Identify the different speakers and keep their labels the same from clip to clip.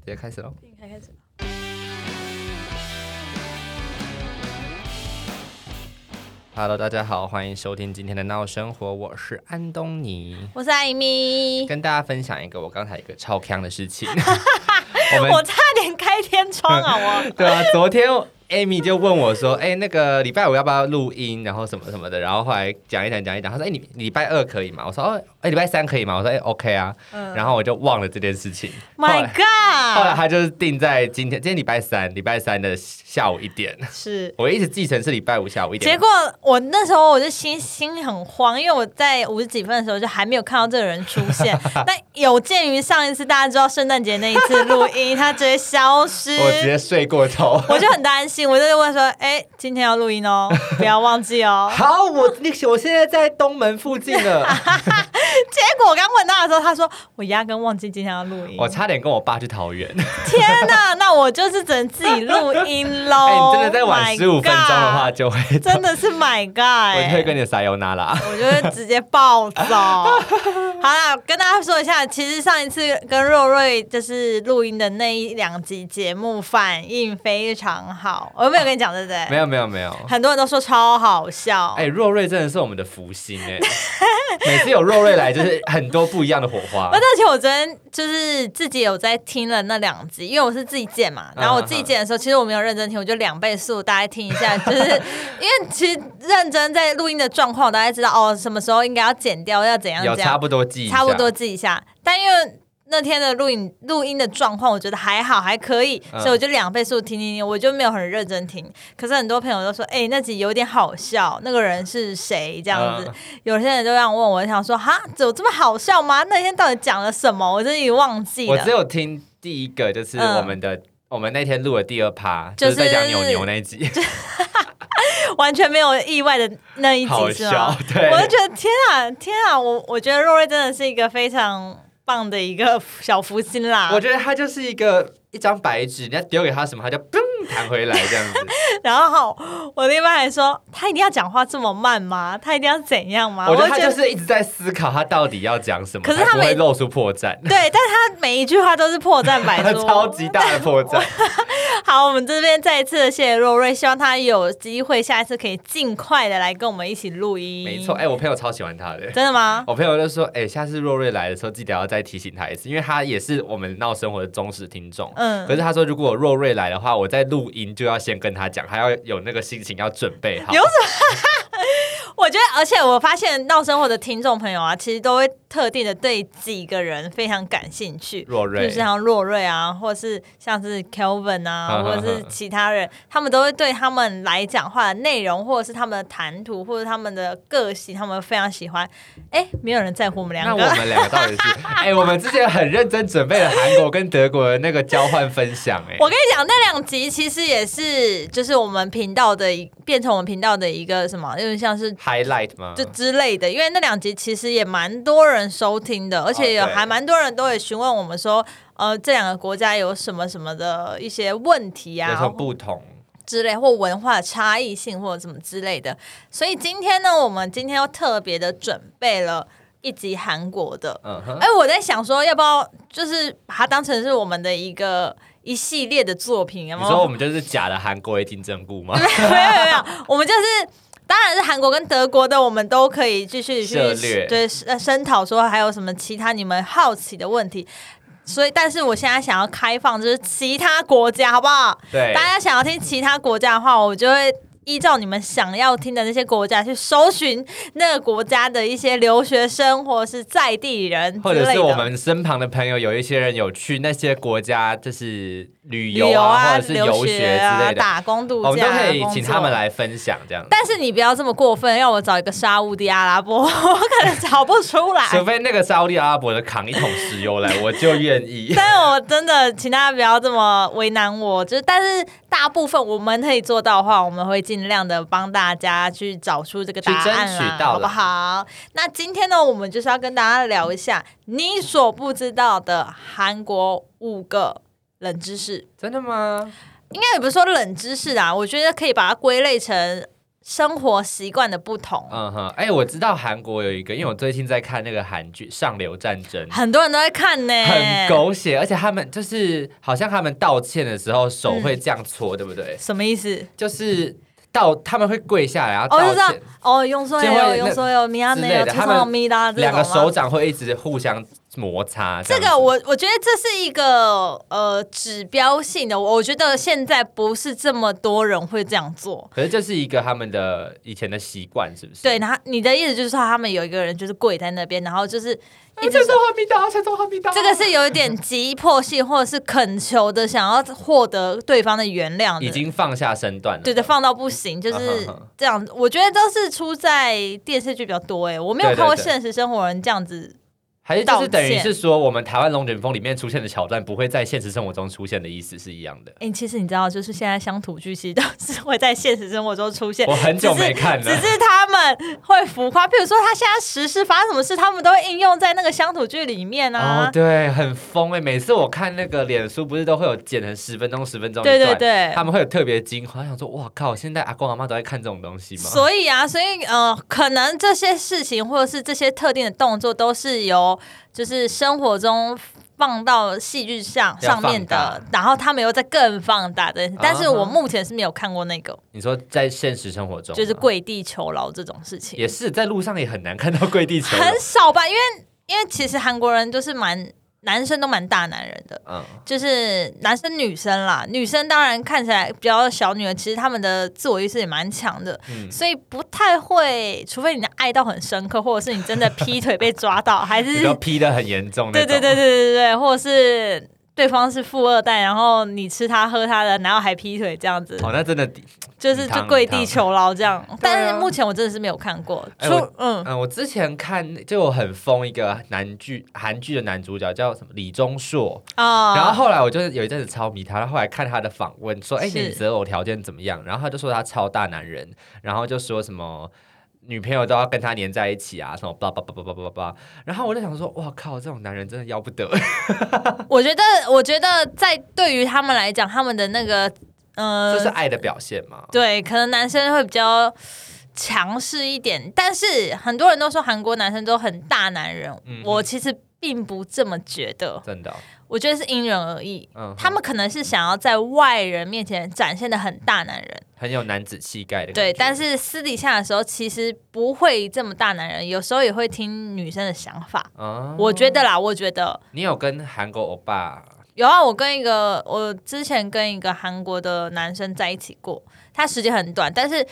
Speaker 1: 直接开始喽。
Speaker 2: 电影台开始吧。
Speaker 1: Hello，大家好，欢迎收听今天的闹生活，我是安东尼，
Speaker 2: 我是艾米，
Speaker 1: 跟大家分享一个我刚才一个超强的事 情。我们
Speaker 2: 我差点开天窗啊！我
Speaker 1: 对啊，昨天 Amy 就问我说：“哎、那个礼拜五要不要录音？然后什么什么的。”然后后来讲一讲讲一讲，她说：“哎、你礼拜二可以吗？”我说：“哦，哎、礼拜三可以吗？”我说：“哎、o k 啊。
Speaker 2: 嗯
Speaker 1: 然后我就忘了这件事情。 后
Speaker 2: ，My
Speaker 1: 来后来
Speaker 2: God，
Speaker 1: 他就是定在今天，今天礼拜三，礼拜三的下午一点。
Speaker 2: 是。
Speaker 1: 我一直记成是礼拜五下午一点。
Speaker 2: 结果我那时候我就心心很慌，因为我在五十几分的时候就还没有看到这个人出 现。但有鉴于上一次大家知道圣诞节那一次录音，他直接消失，
Speaker 1: 我直接睡过头。
Speaker 2: 我就很担心，我就问说：“哎、今天要录音哦，不要忘 记哦。
Speaker 1: 好，我你我现在在东门附近了，”
Speaker 2: 结果我刚问他的时候，他说：“我压根忘记今天要录音。
Speaker 1: 我差点跟我爸去桃 园。
Speaker 2: 天哪，那我就是只能自己录音 喽。
Speaker 1: 哎、你真的再晚
Speaker 2: Oh My
Speaker 1: 十五分钟的话，
Speaker 2: God，
Speaker 1: 就会
Speaker 2: 真的是 My God！
Speaker 1: 我就
Speaker 2: 哎
Speaker 1: 会跟你撒油拿 啦。
Speaker 2: 我就会直接暴走。 好啦，跟大家说一下，其实上一次跟若瑞就是录音的那一两集节目反应非常好，我没有跟你讲对不对？
Speaker 1: 没有没有没有。
Speaker 2: 很多人都说超好笑。
Speaker 1: 哎、若瑞真的是我们的福星哎、每次有若瑞来，就是很多不一样的火花
Speaker 2: 而。且 我昨天就是自己有在听了那两集，因为我是自己剪嘛，然后我自己剪的时候，其实我没有认真听，我就两倍速大概听一下，就是因为其实认真在录音的状况，我大概知道哦什么时候应该要剪掉，要怎样
Speaker 1: 有
Speaker 2: 怎样
Speaker 1: 差，不多记一下
Speaker 2: 差不多记一下。但因为那天的录影录音的状况，我觉得还好，还可以，
Speaker 1: 嗯
Speaker 2: 所以我就两倍速听听听，我就没有很认真听。可是很多朋友都说，哎、那集有点好笑，那个人是谁？这样子，
Speaker 1: 嗯
Speaker 2: 有些人就这样问我，我想说，哈，有这么好笑吗？那天到底讲了什么？我自己忘记
Speaker 1: 我只
Speaker 2: 了。
Speaker 1: 有听第一个，就是
Speaker 2: 嗯
Speaker 1: 我们的、我们那天录的第二趴，
Speaker 2: 就
Speaker 1: 就是是在讲牛牛那一 集，
Speaker 2: 完全没有意外的那一
Speaker 1: 好
Speaker 2: 集是
Speaker 1: 笑
Speaker 2: 吗？。
Speaker 1: 对，
Speaker 2: 我就觉得天啊，天啊，我我觉得若瑞真的是一个非常棒的一个小福星啦。
Speaker 1: 我觉得他就是一个一张白纸，你要丢给他什么，他就嘣弹回来这样子。
Speaker 2: 然后我另外还说，他一定要讲话这么慢吗？他一定要怎样吗？
Speaker 1: 我觉得他
Speaker 2: 就
Speaker 1: 就
Speaker 2: 啊觉得
Speaker 1: 是一直在思考他到底要讲什么，
Speaker 2: 可是他
Speaker 1: 才不会
Speaker 2: 每
Speaker 1: 露出破 绽，
Speaker 2: 对，但他每一句话都是破 绽百
Speaker 1: 他
Speaker 2: 出。
Speaker 1: 超级大的破绽。
Speaker 2: 好，我们这边再一次的谢谢若瑞，希望他有机会下一次可以尽快的来跟我们一起录音。
Speaker 1: 没错，哎、我朋友超喜欢他的。
Speaker 2: 真 的吗？
Speaker 1: 我朋友就说：“哎、下次若瑞来的时候，记得要再提醒他一次，因为他也是我们闹生活的忠实听众。
Speaker 2: 嗯
Speaker 1: 可是他说，如果若瑞来的话，我在录音就要先跟他讲，他要有那个心情，要准备好。
Speaker 2: 有我觉得，而且我发现闹生活的听众朋友啊，其实都会特定的对几个人非常感兴趣。
Speaker 1: 若
Speaker 2: 就
Speaker 1: 瑞
Speaker 2: 是像若瑞啊，或是像是 Kelvin 啊，
Speaker 1: 嗯
Speaker 2: 或者是其他人，他们都会对他们来讲话的内容，或者是他们的谈吐，或者他们的个性，他们非常喜欢。哎，没有人在乎我们
Speaker 1: 那
Speaker 2: 两
Speaker 1: 我
Speaker 2: 个，
Speaker 1: 们两个到底是？哎、我们之前很认真准备了韩国跟德国的那个交换分享、哎，
Speaker 2: 我跟你讲，那两集其实也是，就是我们频道的一变成我们频道的一个什么，有点像
Speaker 1: 嗯
Speaker 2: 是
Speaker 1: highlight 吗？
Speaker 2: 就之类的，因为那两集其实也蛮多人收听的，而且有
Speaker 1: 哦对
Speaker 2: 还蛮多人都也询问我们说，呃，这两个国家有什么什么的一些问题
Speaker 1: 有
Speaker 2: 啊
Speaker 1: 什，么不同？
Speaker 2: 之类，或文化差异性，或者什么之类的。所以今天呢，我们今天又特别的准备了一集韩国的。
Speaker 1: 嗯哼，
Speaker 2: 哎，我在想说，要不要就是把它当成是我们的一个一系列的作品？有
Speaker 1: 你
Speaker 2: 没
Speaker 1: 说我
Speaker 2: 有？
Speaker 1: 们就是假的韩国一听证故吗？
Speaker 2: 没有没有没有，我们就是。当然是韩国跟德国的，我们都可以继续去
Speaker 1: 涉猎
Speaker 2: 对呃声讨说还有什么其他你们好奇的问题。所以，但是我现在想要开放就是其他国家，好不好？
Speaker 1: 对，
Speaker 2: 大家想要听其他国家的话，我就会依照你们想要听的那些国家去搜寻那个国家的一些留学生或者是在地人之
Speaker 1: 或
Speaker 2: 类
Speaker 1: 者
Speaker 2: 的。
Speaker 1: 是我们身旁的朋友，有一些人有去那些国家，就是旅
Speaker 2: 旅
Speaker 1: 游
Speaker 2: 游
Speaker 1: 啊，
Speaker 2: 啊、
Speaker 1: 或者是
Speaker 2: 留
Speaker 1: 游学
Speaker 2: 学
Speaker 1: 之
Speaker 2: 啊、
Speaker 1: 类的，
Speaker 2: 打工度假、
Speaker 1: 我们都可以请他们
Speaker 2: 工作。
Speaker 1: 来分享这样。
Speaker 2: 但是你不要这么过分，让我找一个沙乌地阿拉伯， 我可能找不出来。
Speaker 1: 除非那个沙利阿拉伯的扛一桶石油来， 我就愿意。
Speaker 2: 但我真的请大家不要这么为难我，就是但是大部分我们可以做到的话，我们会尽量的帮大家去找出这个答案
Speaker 1: 去争
Speaker 2: 啦
Speaker 1: 取，到啦
Speaker 2: 好不好？那今天呢，我们就是要跟大家聊一下你所不知道的韩国五个冷知识，
Speaker 1: 真的吗？
Speaker 2: 应该也不是说冷知识啊，我觉得可以把它归类成生活习惯的不同。
Speaker 1: 嗯哼，哎、我知道韩国有一个，因为我最近在看那个韩剧《上流战争》。
Speaker 2: 很多人都在看呢，
Speaker 1: 很狗血，而且他们就是好像他们道歉的时候手会这样搓，对不对？
Speaker 2: 什么意思？
Speaker 1: 就是道他们会跪下来，然后
Speaker 2: 哦，
Speaker 1: 道
Speaker 2: 是这样
Speaker 1: 歉，
Speaker 2: 哦，用说
Speaker 1: 就会
Speaker 2: 有
Speaker 1: 那
Speaker 2: 用说有米亚
Speaker 1: 之
Speaker 2: 内有
Speaker 1: 类的
Speaker 2: 出
Speaker 1: 他
Speaker 2: 上
Speaker 1: 们
Speaker 2: 米拉啊这
Speaker 1: 两个
Speaker 2: 种吗
Speaker 1: 手掌会一直互相摩擦。
Speaker 2: 这
Speaker 1: 样
Speaker 2: 个
Speaker 1: 子
Speaker 2: 我我觉得这是一个呃指标性的，我觉得现在不是这么多人会这样做。
Speaker 1: 可是这是一个他们的以前的习惯，是不是？
Speaker 2: 对，，然后你的意思就是说，他们有一个人就是跪在那边，然后就是一直
Speaker 1: 这中华民党，这中华民党，
Speaker 2: 这个是有一点急迫性或者是恳求的，想要获得对方的原谅的，
Speaker 1: 已经嗯放下身段了。
Speaker 2: 对的，放到不行，就是这样。我觉得都是出在电视剧比较多、哎，我没有
Speaker 1: 对对
Speaker 2: 看过
Speaker 1: 对
Speaker 2: 现实生活人这样子。
Speaker 1: 还是就是等于
Speaker 2: 道歉
Speaker 1: 是说，我们台湾龙卷风里面出现的桥段，不会在现实生活中出现的意思是一样的。
Speaker 2: 哎、其实你知道，就是现在乡土剧其实都是会在现实生活中出现，
Speaker 1: 我很久没看
Speaker 2: 只
Speaker 1: 了，
Speaker 2: 是他们会浮夸，譬如说他现在时事发生什么事，他们都会应用在那个乡土剧里面啊。
Speaker 1: 哦，对，很疯哎、每次我看那个脸书，不是都会有剪成十分钟、十分钟哦一
Speaker 2: 对
Speaker 1: 段，
Speaker 2: 对对
Speaker 1: 他。们会有特别精华，想说，哇靠，现在阿公阿妈都在看这种东西吗？
Speaker 2: 所以啊，所以呃，可能这些事情或者是这些特定的动作，都是由就是生活中放到戏剧上
Speaker 1: 要放
Speaker 2: 上
Speaker 1: 大啊
Speaker 2: 面的，然后他们又再更放大的。但是我目前是没有看过那个，
Speaker 1: 你说在现实生活中吗，
Speaker 2: 就是跪地求饶这种事情，
Speaker 1: 也是在路上也很难看到跪地求饶，
Speaker 2: 很少吧？因为因为其实韩国人就是蛮男生都蛮大男人的，
Speaker 1: 嗯，
Speaker 2: 就是男生女生啦，女生当然看起来比较小女人，其实他们的自我意识也蛮强的，
Speaker 1: 嗯
Speaker 2: 所以不太会，除非你的爱到很深刻，或者是你真的劈腿被抓 到，还是
Speaker 1: 比较批的很严重那种，
Speaker 2: 对对对对对对对，或者是对方是富二代，然后你吃他喝他的，然后还劈腿这样子，
Speaker 1: 哦，那真的，
Speaker 2: 就是
Speaker 1: 一
Speaker 2: 就
Speaker 1: 趟
Speaker 2: 跪
Speaker 1: 一趟
Speaker 2: 地求饶这样。但是目前我真的是没有看过，
Speaker 1: 哎
Speaker 2: 除
Speaker 1: 我
Speaker 2: 嗯，
Speaker 1: 嗯，我之前看就我很疯一个男剧韩剧的男主角叫什么李钟硕，
Speaker 2: 啊，
Speaker 1: 然后后来我就是有一阵子超迷他，然后后来看他的访问说，哎、
Speaker 2: 是
Speaker 1: 你择偶条件怎么样？然后他就说他超大男人，然后就说什么。女朋友都要跟他黏在一起啊，什么叭叭叭叭叭叭叭，然后我就想说，哇靠，这种男人真的要不得。
Speaker 2: 我觉得我觉得在对于他们来讲，他们的那个呃，
Speaker 1: 这是爱的表现嘛？
Speaker 2: 对，可能男生会比较强势一点，但是很多人都说韩国男生都很大男人，
Speaker 1: 嗯
Speaker 2: 我其实并不这么觉得，
Speaker 1: 真的哦，
Speaker 2: 我觉得是因人而异。
Speaker 1: 嗯，
Speaker 2: 他们可能是想要在外人面前展现的很大男人，
Speaker 1: 很有男子气概的感觉。
Speaker 2: 对，但是私底下的时候其实不会这么大男人，有时候也会听女生的想法。
Speaker 1: 啊，
Speaker 2: 我觉得啦，我觉得
Speaker 1: 你有跟韩国欧巴
Speaker 2: 有啊，我跟一个我之前跟一个韩国的男生在一起过，他时间很短，但是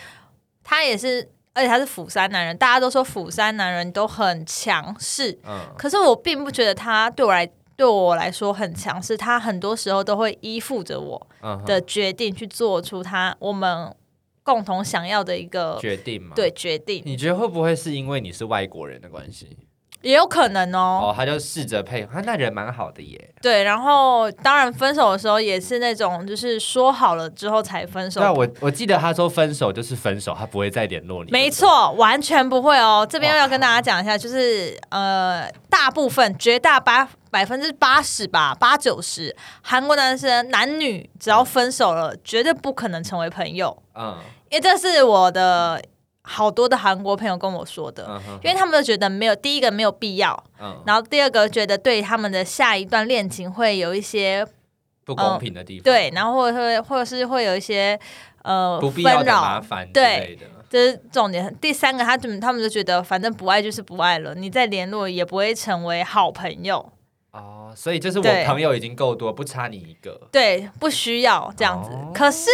Speaker 2: 他也是，而且他是釜山男人，大家都说釜山男人都很强势，
Speaker 1: 嗯
Speaker 2: 可是我并不觉得他对我来对我来说很强势，他很多时候都会依附着我
Speaker 1: 嗯哼
Speaker 2: 的决定去做出他我们共同想要的一个
Speaker 1: 决定嘛？
Speaker 2: 对，决定，
Speaker 1: 你觉得会不会是因为你是外国人的关系？
Speaker 2: 也有可能哦，
Speaker 1: 哦，他就试着配合，他那人蛮好的耶。
Speaker 2: 对，然后当然分手的时候也是那种就是说好了之后才分手，
Speaker 1: 对啊，我我记得他说分手就是分手，他不会再联络你。
Speaker 2: 没错，完全不会哦。这边要跟大家讲一下，就是呃，大部分绝大八百分之八十吧，八九十韩国男生男女只要分手了，绝对不可能成为朋友，
Speaker 1: 对不对，嗯
Speaker 2: 因为这是我的好多的韩国朋友跟我说的。
Speaker 1: 嗯哼
Speaker 2: 因为他们都觉得没有第一个没有必要，
Speaker 1: 嗯，
Speaker 2: 然后第二个觉得对他们的下一段恋情会有一些
Speaker 1: 不公平的地方，
Speaker 2: 对，，然后或者会或者是会有一些呃
Speaker 1: 不必要
Speaker 2: 纷
Speaker 1: 的麻
Speaker 2: 扰，
Speaker 1: 烦之
Speaker 2: 对
Speaker 1: 类的。
Speaker 2: 这是重点。第三个，他怎么他们就觉得反正不爱就是不爱了，你再联络也不会成为好朋友，
Speaker 1: 哦，所以就是
Speaker 2: 对
Speaker 1: 我朋友已经够多，不差你一个。
Speaker 2: 对，不需要这样子。
Speaker 1: 哦
Speaker 2: 可是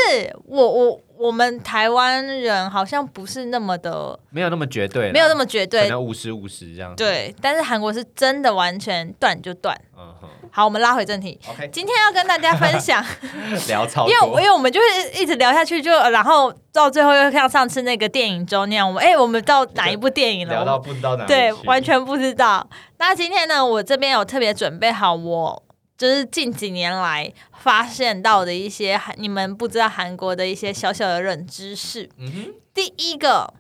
Speaker 2: 我我我们台湾人好像不是那么的，
Speaker 1: 没有那么绝对啦，
Speaker 2: 没有那么绝
Speaker 1: 可
Speaker 2: 对。
Speaker 1: 能五十五十这样。，
Speaker 2: 对，但是韩国是真的完全断就断。
Speaker 1: 嗯哼
Speaker 2: 好，我们拉回正题，
Speaker 1: ，OK，
Speaker 2: 今天要跟大家 分享，
Speaker 1: 聊超
Speaker 2: 因为我
Speaker 1: 多
Speaker 2: 因。为我们就是一直聊下去就，呃然后到最后又像上次那个电影周那样，我们哎、我们到哪一部电影 了？
Speaker 1: 聊
Speaker 2: 我们
Speaker 1: 到不知道哪里
Speaker 2: 对，
Speaker 1: 去
Speaker 2: 完全不知道。那今天呢，我这边有特别准备好我。就是近几年来发现到的一些韩你们不知道韩国的一些小小的冷知识。
Speaker 1: 嗯哼
Speaker 2: 第一个，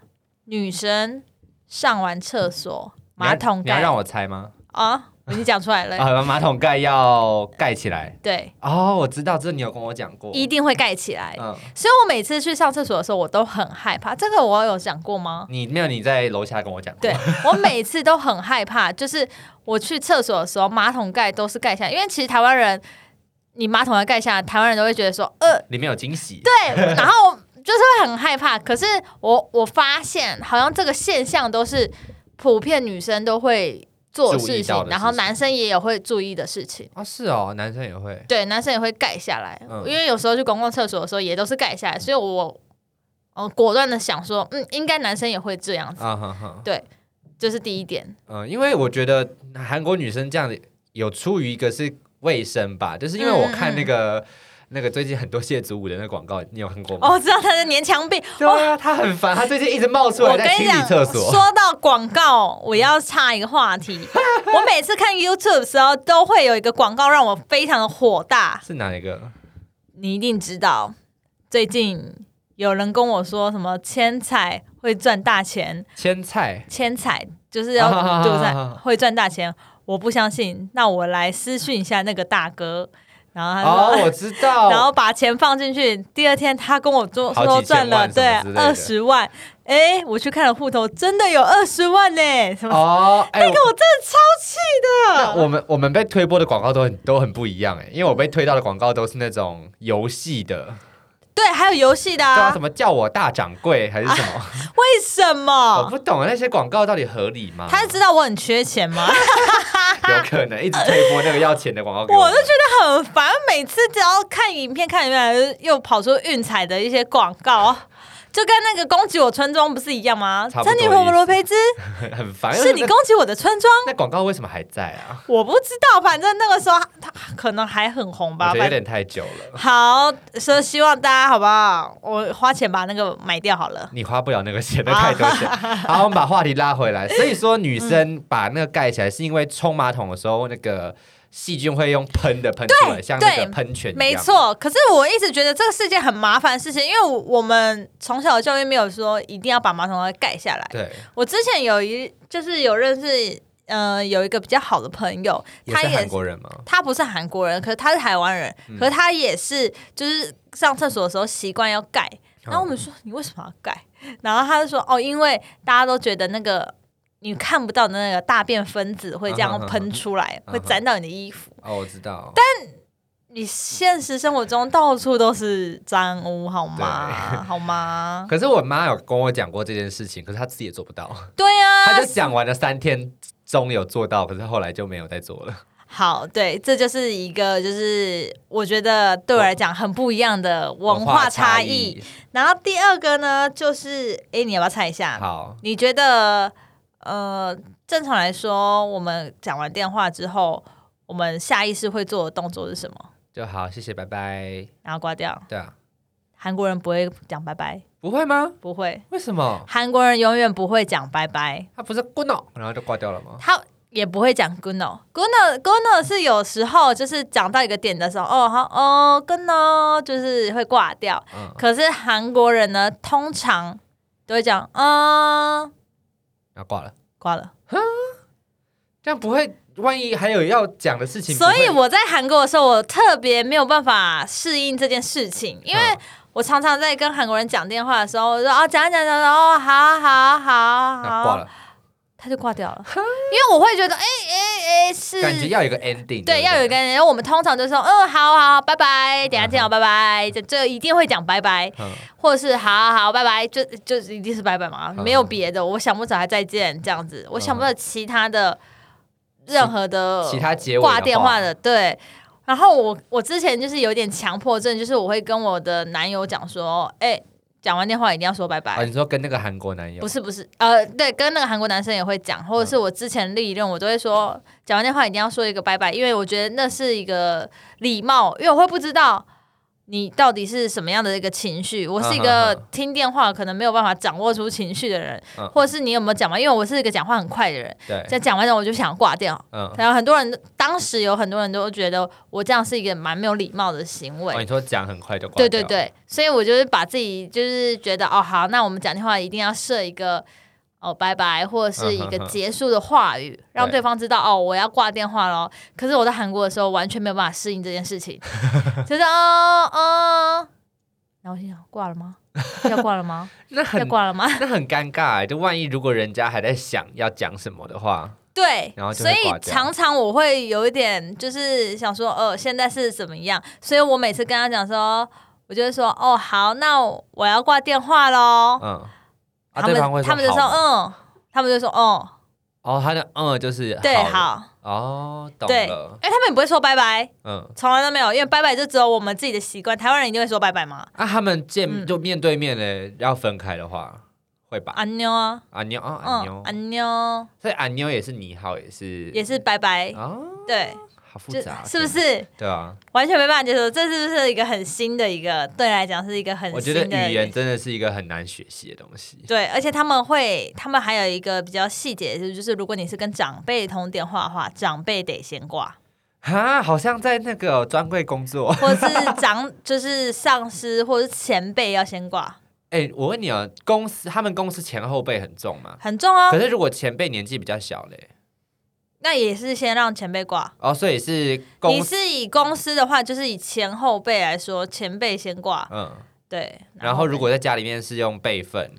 Speaker 2: 女生上完厕所马
Speaker 1: 你
Speaker 2: 桶
Speaker 1: 要你要
Speaker 2: 盖
Speaker 1: 让我猜吗？
Speaker 2: 啊，你讲出来了，
Speaker 1: 啊，马桶盖要盖起来。
Speaker 2: 对，
Speaker 1: 哦，我知道，这你有跟我讲过。
Speaker 2: 一定会盖起来。
Speaker 1: 嗯，
Speaker 2: 所以我每次去上厕所的时候，我都很害怕。这个我有讲过吗？
Speaker 1: 你没有你在楼下跟我讲过。
Speaker 2: 对我每次都很害怕，就是我去厕所的时候，马桶盖都是盖下来，因为其实台湾人，你马桶盖盖下来，台湾人都会觉得说，呃，
Speaker 1: 里面有惊喜。
Speaker 2: 对，然后就是会很害怕。可是我我发现，好像这个现象都是普遍女生都会做的
Speaker 1: 注意
Speaker 2: 事
Speaker 1: 到的
Speaker 2: 情，
Speaker 1: 事
Speaker 2: 然后
Speaker 1: 情
Speaker 2: 男生也有会注意的事情。
Speaker 1: 啊，是哦，男生也会。
Speaker 2: 对，男生也会盖下来，
Speaker 1: 嗯
Speaker 2: 因为有时候去公共厕所的时候也都是盖下来，所以我呃果断的想说，嗯，应该男生也会这样子，
Speaker 1: 啊哈哈，
Speaker 2: 这是第一点。
Speaker 1: 嗯，因为我觉得韩国女生这样子有出于一个是卫生吧，就是因为我看那个。那个最近很多谢祖武的那个广告，你有看过吗？
Speaker 2: 嗯哦，我知道他是粘墙壁，哦
Speaker 1: 对啊，他很烦，他最近一直冒出
Speaker 2: 我
Speaker 1: 来
Speaker 2: 跟
Speaker 1: 在
Speaker 2: 你
Speaker 1: 清理
Speaker 2: 讲，
Speaker 1: 厕所。
Speaker 2: 说到广告，我要插一个话题。 我每次看 YouTube 的时候，都会有一个广告让我非常的火大。
Speaker 1: 是哪一个？
Speaker 2: 你一定知道，最近有人跟我说什么千彩会赚大钱，
Speaker 1: 千菜
Speaker 2: 千彩就 是要赌在会赚大钱。我不相信，那我来私讯一下那个大哥，然后他说。
Speaker 1: 哦，我知道。
Speaker 2: 然后把钱放进去，第二天他跟我做
Speaker 1: 好
Speaker 2: 说
Speaker 1: 几千
Speaker 2: 赚了
Speaker 1: 万
Speaker 2: 对
Speaker 1: 什么之类的
Speaker 2: 二十万，哎，我去看了户头，真的有二十万呢、什么？
Speaker 1: 哦，哎、
Speaker 2: 那个我真的超气
Speaker 1: 那
Speaker 2: 的。
Speaker 1: 我们我们被推播的广告都很都很不一样哎、因为我被推到的广告都是那种游戏的，
Speaker 2: 对，还有游戏的、
Speaker 1: 叫、
Speaker 2: 啊
Speaker 1: 什，么叫我大掌柜还是什么，
Speaker 2: 为什
Speaker 1: 我
Speaker 2: 么？
Speaker 1: 不懂啊那些广告到底合理吗？
Speaker 2: 啊他知道我很缺钱 吗？
Speaker 1: 有可能一直推播那个要钱的广告给
Speaker 2: 我
Speaker 1: 我
Speaker 2: 就觉得很烦，每次只要看影片，看影片又跑出运彩的一些广告，就跟那个攻击我村庄不是一样吗？
Speaker 1: 差不多
Speaker 2: 珍妮佛罗培兹
Speaker 1: 很很烦。
Speaker 2: 是你
Speaker 1: 那
Speaker 2: 攻击我的村庄，
Speaker 1: 那广告为什么还在啊？
Speaker 2: 我不知道，反正那个时候他可能还很红
Speaker 1: 我
Speaker 2: 吧，
Speaker 1: 觉得有
Speaker 2: 反正。
Speaker 1: 点太久了，
Speaker 2: 好，所以希望大家好不好？我花钱把那个买掉好了。
Speaker 1: 你花不了那个钱，
Speaker 2: 啊
Speaker 1: 那太多钱。 好，我们把话题拉回来。所以说，女生把那个盖起来，是因为冲马桶的时候那个。细菌会用喷的喷出来，像那个
Speaker 2: 对
Speaker 1: 喷泉一样。
Speaker 2: 没错，可是我一直觉得这个是件很麻烦的事情，因为我们从小的教育没有说一定要把马桶盖盖下来。
Speaker 1: 对，
Speaker 2: 我之前有一就是有认识，呃，有一个比较好的朋友，
Speaker 1: 也
Speaker 2: 他
Speaker 1: 是
Speaker 2: 也
Speaker 1: 韩国嗯人吗？
Speaker 2: 他不是韩国人，可是他是台湾人，可是他也是就是上厕所的时候习惯要盖，
Speaker 1: 嗯
Speaker 2: 然后我们说你为什么要盖？ 然后他就说哦，因为大家都觉得那个你看不到的那个大便分子会这样
Speaker 1: 嗯哼
Speaker 2: 喷出来，
Speaker 1: 嗯哼
Speaker 2: 会沾到你的衣服。
Speaker 1: 哦，我知道，但
Speaker 2: 你现实生活中到处都是脏污，好吗？好吗？
Speaker 1: 可是我妈有跟我讲过这件事情，可是她自己也做不到，
Speaker 2: 对
Speaker 1: 她
Speaker 2: 啊
Speaker 1: 就，讲完了三天中有做到，可是后来就没有再做了。
Speaker 2: 好，对，这就是一个就是我觉得对我来讲很不一样的 文化差异。，然后第二个呢，就是哎，诶你要不要猜一下？
Speaker 1: 好，
Speaker 2: 你觉得呃，正常来说，我们讲完电话之后，我们下意识会做的动作是什么？
Speaker 1: 就好，谢谢，拜拜。
Speaker 2: 然后挂掉。
Speaker 1: 对啊，
Speaker 2: 韩国人不会讲拜拜，
Speaker 1: 不会吗？
Speaker 2: 不会。
Speaker 1: 为什么？
Speaker 2: 韩国人永远不会讲拜拜，
Speaker 1: 她不是 good no，然后就挂掉了 吗？
Speaker 2: 他也不会讲 good no。good no good no 是有时候就是讲到一个点的时候，哦好哦 good no 就是会挂掉。
Speaker 1: 嗯，
Speaker 2: 可是韩国人呢，通常都会讲嗯
Speaker 1: 然后挂了，
Speaker 2: 挂了。
Speaker 1: 这样不会。万一还有要讲的事情，
Speaker 2: 所以
Speaker 1: 不会
Speaker 2: 我在韩国的时候，我特别没有办法适应这件事情，因为
Speaker 1: 嗯
Speaker 2: 我常常在跟韩国人讲电话的时候，我说啊讲一讲讲一讲哦，好好好
Speaker 1: 然后啊挂
Speaker 2: 好，
Speaker 1: 了，
Speaker 2: 他就挂掉了，因为我会觉得哎哎哎是
Speaker 1: 感觉要有一个 ending，
Speaker 2: 对，
Speaker 1: 不
Speaker 2: 要有一个人。然后哎我们通常就说，嗯，好好，拜拜，等一下见
Speaker 1: 嗯
Speaker 2: 哦，拜拜。这这一定会讲拜拜，
Speaker 1: 嗯
Speaker 2: 或者是好好，拜拜，就就一定是拜拜嘛，
Speaker 1: 嗯
Speaker 2: 没有别的。我想不着还再见这样子，我想不到其他的任何的
Speaker 1: 其他结尾的
Speaker 2: 呃挂电话
Speaker 1: 话
Speaker 2: 的，对。然后我我之前就是有点强迫症，就是我会跟我的男友讲说，哎、讲完电话一定要说拜拜。
Speaker 1: 啊，你说跟那个韩国男友
Speaker 2: 不，是不是，呃，对，跟那个韩国男生也会讲，或者
Speaker 1: 嗯
Speaker 2: 是我之前历任，我都会说讲完电话一定要说一个拜拜，因为我觉得那是一个礼貌，因为我会不知道你到底是什么样的一个情绪。我是一
Speaker 1: 嗯
Speaker 2: 个
Speaker 1: 哼
Speaker 2: 听电话可能没有办法掌握出情绪的人，
Speaker 1: 嗯
Speaker 2: 或者是你有没有讲完？因为我是一个讲话很快的人，
Speaker 1: 对，
Speaker 2: 在讲完之后我就想挂掉。
Speaker 1: 嗯，
Speaker 2: 然后很多人当时有很多人都觉得我这样是一个蛮没有礼貌的行为
Speaker 1: 哦，你。说讲很快就挂，
Speaker 2: 对对，对，所以我就是把自己就是觉得哦好，那我们讲电话一定要设一个哦拜拜，或者是一个
Speaker 1: 嗯哼哼
Speaker 2: 结束的话语，让对方知道哦我要挂电话喽。可是我在韩国的时候完全没有办法适应这件事情， 就是哦哦，然后我心想挂了吗？要挂了吗？
Speaker 1: 那
Speaker 2: 要
Speaker 1: 很
Speaker 2: 挂了吗？
Speaker 1: 那很尴尬、欸，就万一如果人家还在想要讲什么的话，
Speaker 2: 对，
Speaker 1: 然后就
Speaker 2: 所
Speaker 1: 会
Speaker 2: 以
Speaker 1: 挂掉
Speaker 2: 常常我会有一点就是想说，呃，现在是怎么样？所以我每次跟他讲说，我就会说，哦，好，那我要挂电话喽。
Speaker 1: 嗯，啊，
Speaker 2: 哦他
Speaker 1: 对方会
Speaker 2: 们他们就说，
Speaker 1: 好吗，
Speaker 2: 嗯，他们就说，哦，
Speaker 1: 哦，他的嗯就是
Speaker 2: 对，
Speaker 1: 好了，
Speaker 2: 好，
Speaker 1: 哦，懂
Speaker 2: 对，因
Speaker 1: 了，
Speaker 2: 为他们也不会说拜拜，
Speaker 1: 嗯，
Speaker 2: 从来都没有，因为拜拜就只有我们自己的习惯，台湾人一定会说拜拜嘛，
Speaker 1: 啊，他们见
Speaker 2: 嗯
Speaker 1: 就面对面嘞，要分开的话会吧？
Speaker 2: 安妞啊，
Speaker 1: 啊妞啊啊
Speaker 2: 嗯
Speaker 1: 妞，，
Speaker 2: 安妞
Speaker 1: 所以啊妞也是你好，也是
Speaker 2: 也是拜拜，
Speaker 1: 哦，
Speaker 2: 对，
Speaker 1: 好复
Speaker 2: 就
Speaker 1: 杂，
Speaker 2: 是不
Speaker 1: 真的？
Speaker 2: 是
Speaker 1: 对啊，
Speaker 2: 完全没办法接受？这是不是一个很新的一个，对你来讲是一个很
Speaker 1: 我觉
Speaker 2: 新
Speaker 1: 得
Speaker 2: 的
Speaker 1: 语言真的是一个很难学习的东西。
Speaker 2: 对，而且他们会，他们还有一个比较细节，就是就是如果你是跟长辈通电话的话，长辈得先挂，
Speaker 1: 哈，好像在那个专柜工作。
Speaker 2: 或者是长 就是上司或者是前辈要先挂，
Speaker 1: 哎、我问你啊，公司他们公司前后辈很重吗？
Speaker 2: 很重哦
Speaker 1: 可。是如果前辈年纪比较小嘞，
Speaker 2: 那也是先让前辈挂。
Speaker 1: 哦，所以是
Speaker 2: 你
Speaker 1: 公司，
Speaker 2: 是以公司的话，就是以前后辈来说，前辈先挂，
Speaker 1: 嗯，
Speaker 2: 对。
Speaker 1: 然后如果在家里面是用辈分，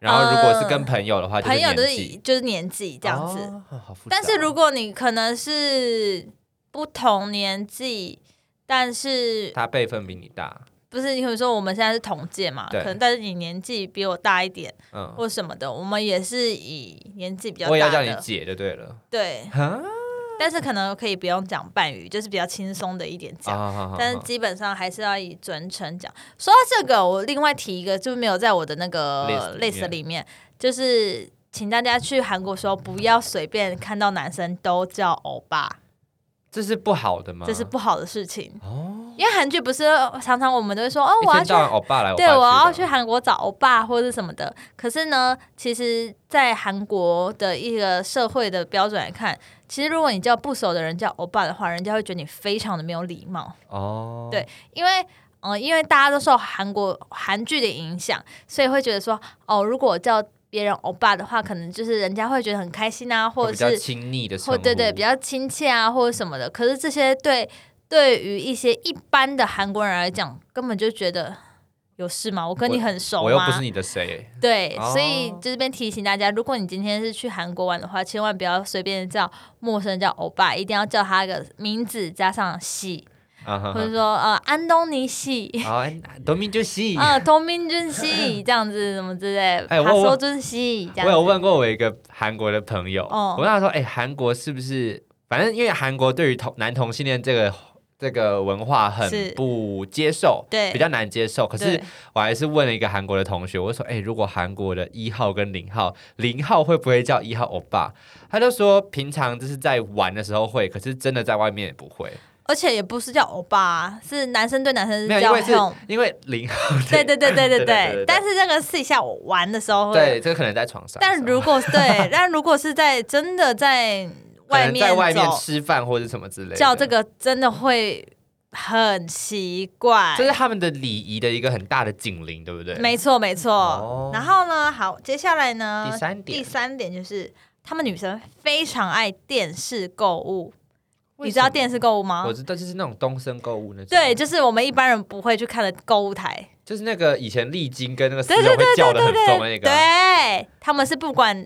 Speaker 1: 然后如果是跟朋友的话，
Speaker 2: 哦朋友
Speaker 1: 就
Speaker 2: 就是
Speaker 1: 年
Speaker 2: 是以
Speaker 1: 纪
Speaker 2: 就是年纪这样子，
Speaker 1: 哦好复杂
Speaker 2: 但是如果你可能是不同年纪，但是
Speaker 1: 他辈分比你大，
Speaker 2: 不是，你比如说我们现在是同届嘛，
Speaker 1: 对
Speaker 2: 可能但是你年纪比我大一点
Speaker 1: 嗯，
Speaker 2: 或什么的，我们也是以年纪比较
Speaker 1: 我也要
Speaker 2: 大
Speaker 1: 叫你
Speaker 2: 的，
Speaker 1: 姐就对了。
Speaker 2: 对，
Speaker 1: 啊，
Speaker 2: 但是可能可以不用讲半语，就是比较轻松的一点讲。
Speaker 1: 啊好好好
Speaker 2: 但是
Speaker 1: 好
Speaker 2: 基本上还是要以尊称讲。说到这个，我另外提一个，就是没有在我的那个
Speaker 1: List 里面
Speaker 2: list 里面，就是请大家去韩国的时候，不要随便看到男生都叫欧巴，
Speaker 1: 这是不好的吗？
Speaker 2: 这是不好的事情。
Speaker 1: 啊哦，
Speaker 2: 因为韩剧不是常常我们都会说哦，
Speaker 1: 一
Speaker 2: 我要
Speaker 1: 天
Speaker 2: 去
Speaker 1: 到晚欧巴来，欧巴
Speaker 2: 对，我要
Speaker 1: 去
Speaker 2: 去
Speaker 1: 的，
Speaker 2: 韩国找欧巴或者什么的。可是呢，其实，在韩国的一个社会的标准来看，其实如果你叫不熟的人叫欧巴的话，人家会觉得你非常的没有礼貌，
Speaker 1: 哦，
Speaker 2: 对因为。嗯，因为大家都受韩国韩剧的影响，所以会觉得说，哦，如果我叫别人欧巴的话，可能就是人家会觉得很开心啊，或
Speaker 1: 会
Speaker 2: 者
Speaker 1: 比较
Speaker 2: 是
Speaker 1: 亲昵的称
Speaker 2: 或
Speaker 1: 呼，
Speaker 2: 对对比较亲切啊，或者什么的。可是这些对对于一些一般的韩国人来讲，根本就觉得有事吗？我跟你很熟吗？
Speaker 1: 我又不是你的谁，
Speaker 2: 对，
Speaker 1: 哦
Speaker 2: 所以这边提醒大家，如果你今天是去韩国玩的话，千万不要随便叫陌生人叫欧巴，一定要叫他一个名字加上喜，
Speaker 1: 啊哈哈
Speaker 2: 或者说呃安东尼喜，
Speaker 1: 好，哎德明就西。
Speaker 2: 呃东明俊喜这样子什么之类，
Speaker 1: 哎我
Speaker 2: 他
Speaker 1: 我
Speaker 2: 说俊喜这样
Speaker 1: 我
Speaker 2: 子。
Speaker 1: 有问过我一个韩国的朋友，
Speaker 2: 哦
Speaker 1: 我问他说：“哎、韩国是不是？反正因为韩国对于同男同性恋这个这个文化很
Speaker 2: 是
Speaker 1: 不接受，
Speaker 2: 对
Speaker 1: 比较难接受。可是
Speaker 2: 对
Speaker 1: 我还是问了一个韩国的同学，我说：‘哎、如果韩国的一号跟零号，零号会不会叫一号欧巴？’他就说：平常就是在玩的时候会，可是真的在外面也不会，
Speaker 2: 而且也不是叫欧巴啊，是男生对男生
Speaker 1: 没有，因
Speaker 2: 叫
Speaker 1: 为是
Speaker 2: home。
Speaker 1: 因为零号
Speaker 2: 嗯 对对对
Speaker 1: 对
Speaker 2: 对对
Speaker 1: 对对对
Speaker 2: 对，但是这个私底下我玩的时候会，
Speaker 1: 对，这个可能在床上，
Speaker 2: 但如果 对，但如果是在真的在
Speaker 1: 可
Speaker 2: 外
Speaker 1: 能在外面
Speaker 2: 走，
Speaker 1: 吃饭或者什么之类的，
Speaker 2: 叫这个真的会很奇怪。
Speaker 1: 这是他们的礼仪的一个很大的警铃，对不对？
Speaker 2: 没错，没错。
Speaker 1: 哦
Speaker 2: 然后呢，好，接下来呢，
Speaker 1: 第三点
Speaker 2: 第三点就是他们女生非常爱电视购物。
Speaker 1: 为
Speaker 2: 你知道
Speaker 1: 什么
Speaker 2: 电视购物吗
Speaker 1: 我？知道，就是那种东升购物那种，
Speaker 2: 哦对，，就是我们一般人不会去看的购物台。
Speaker 1: 就是那个以前丽晶跟那个丝
Speaker 2: 对
Speaker 1: 绒
Speaker 2: 对
Speaker 1: 会
Speaker 2: 对
Speaker 1: 叫
Speaker 2: 对
Speaker 1: 的很
Speaker 2: 对
Speaker 1: 疯的那
Speaker 2: 对，
Speaker 1: 个
Speaker 2: 对，他们是不管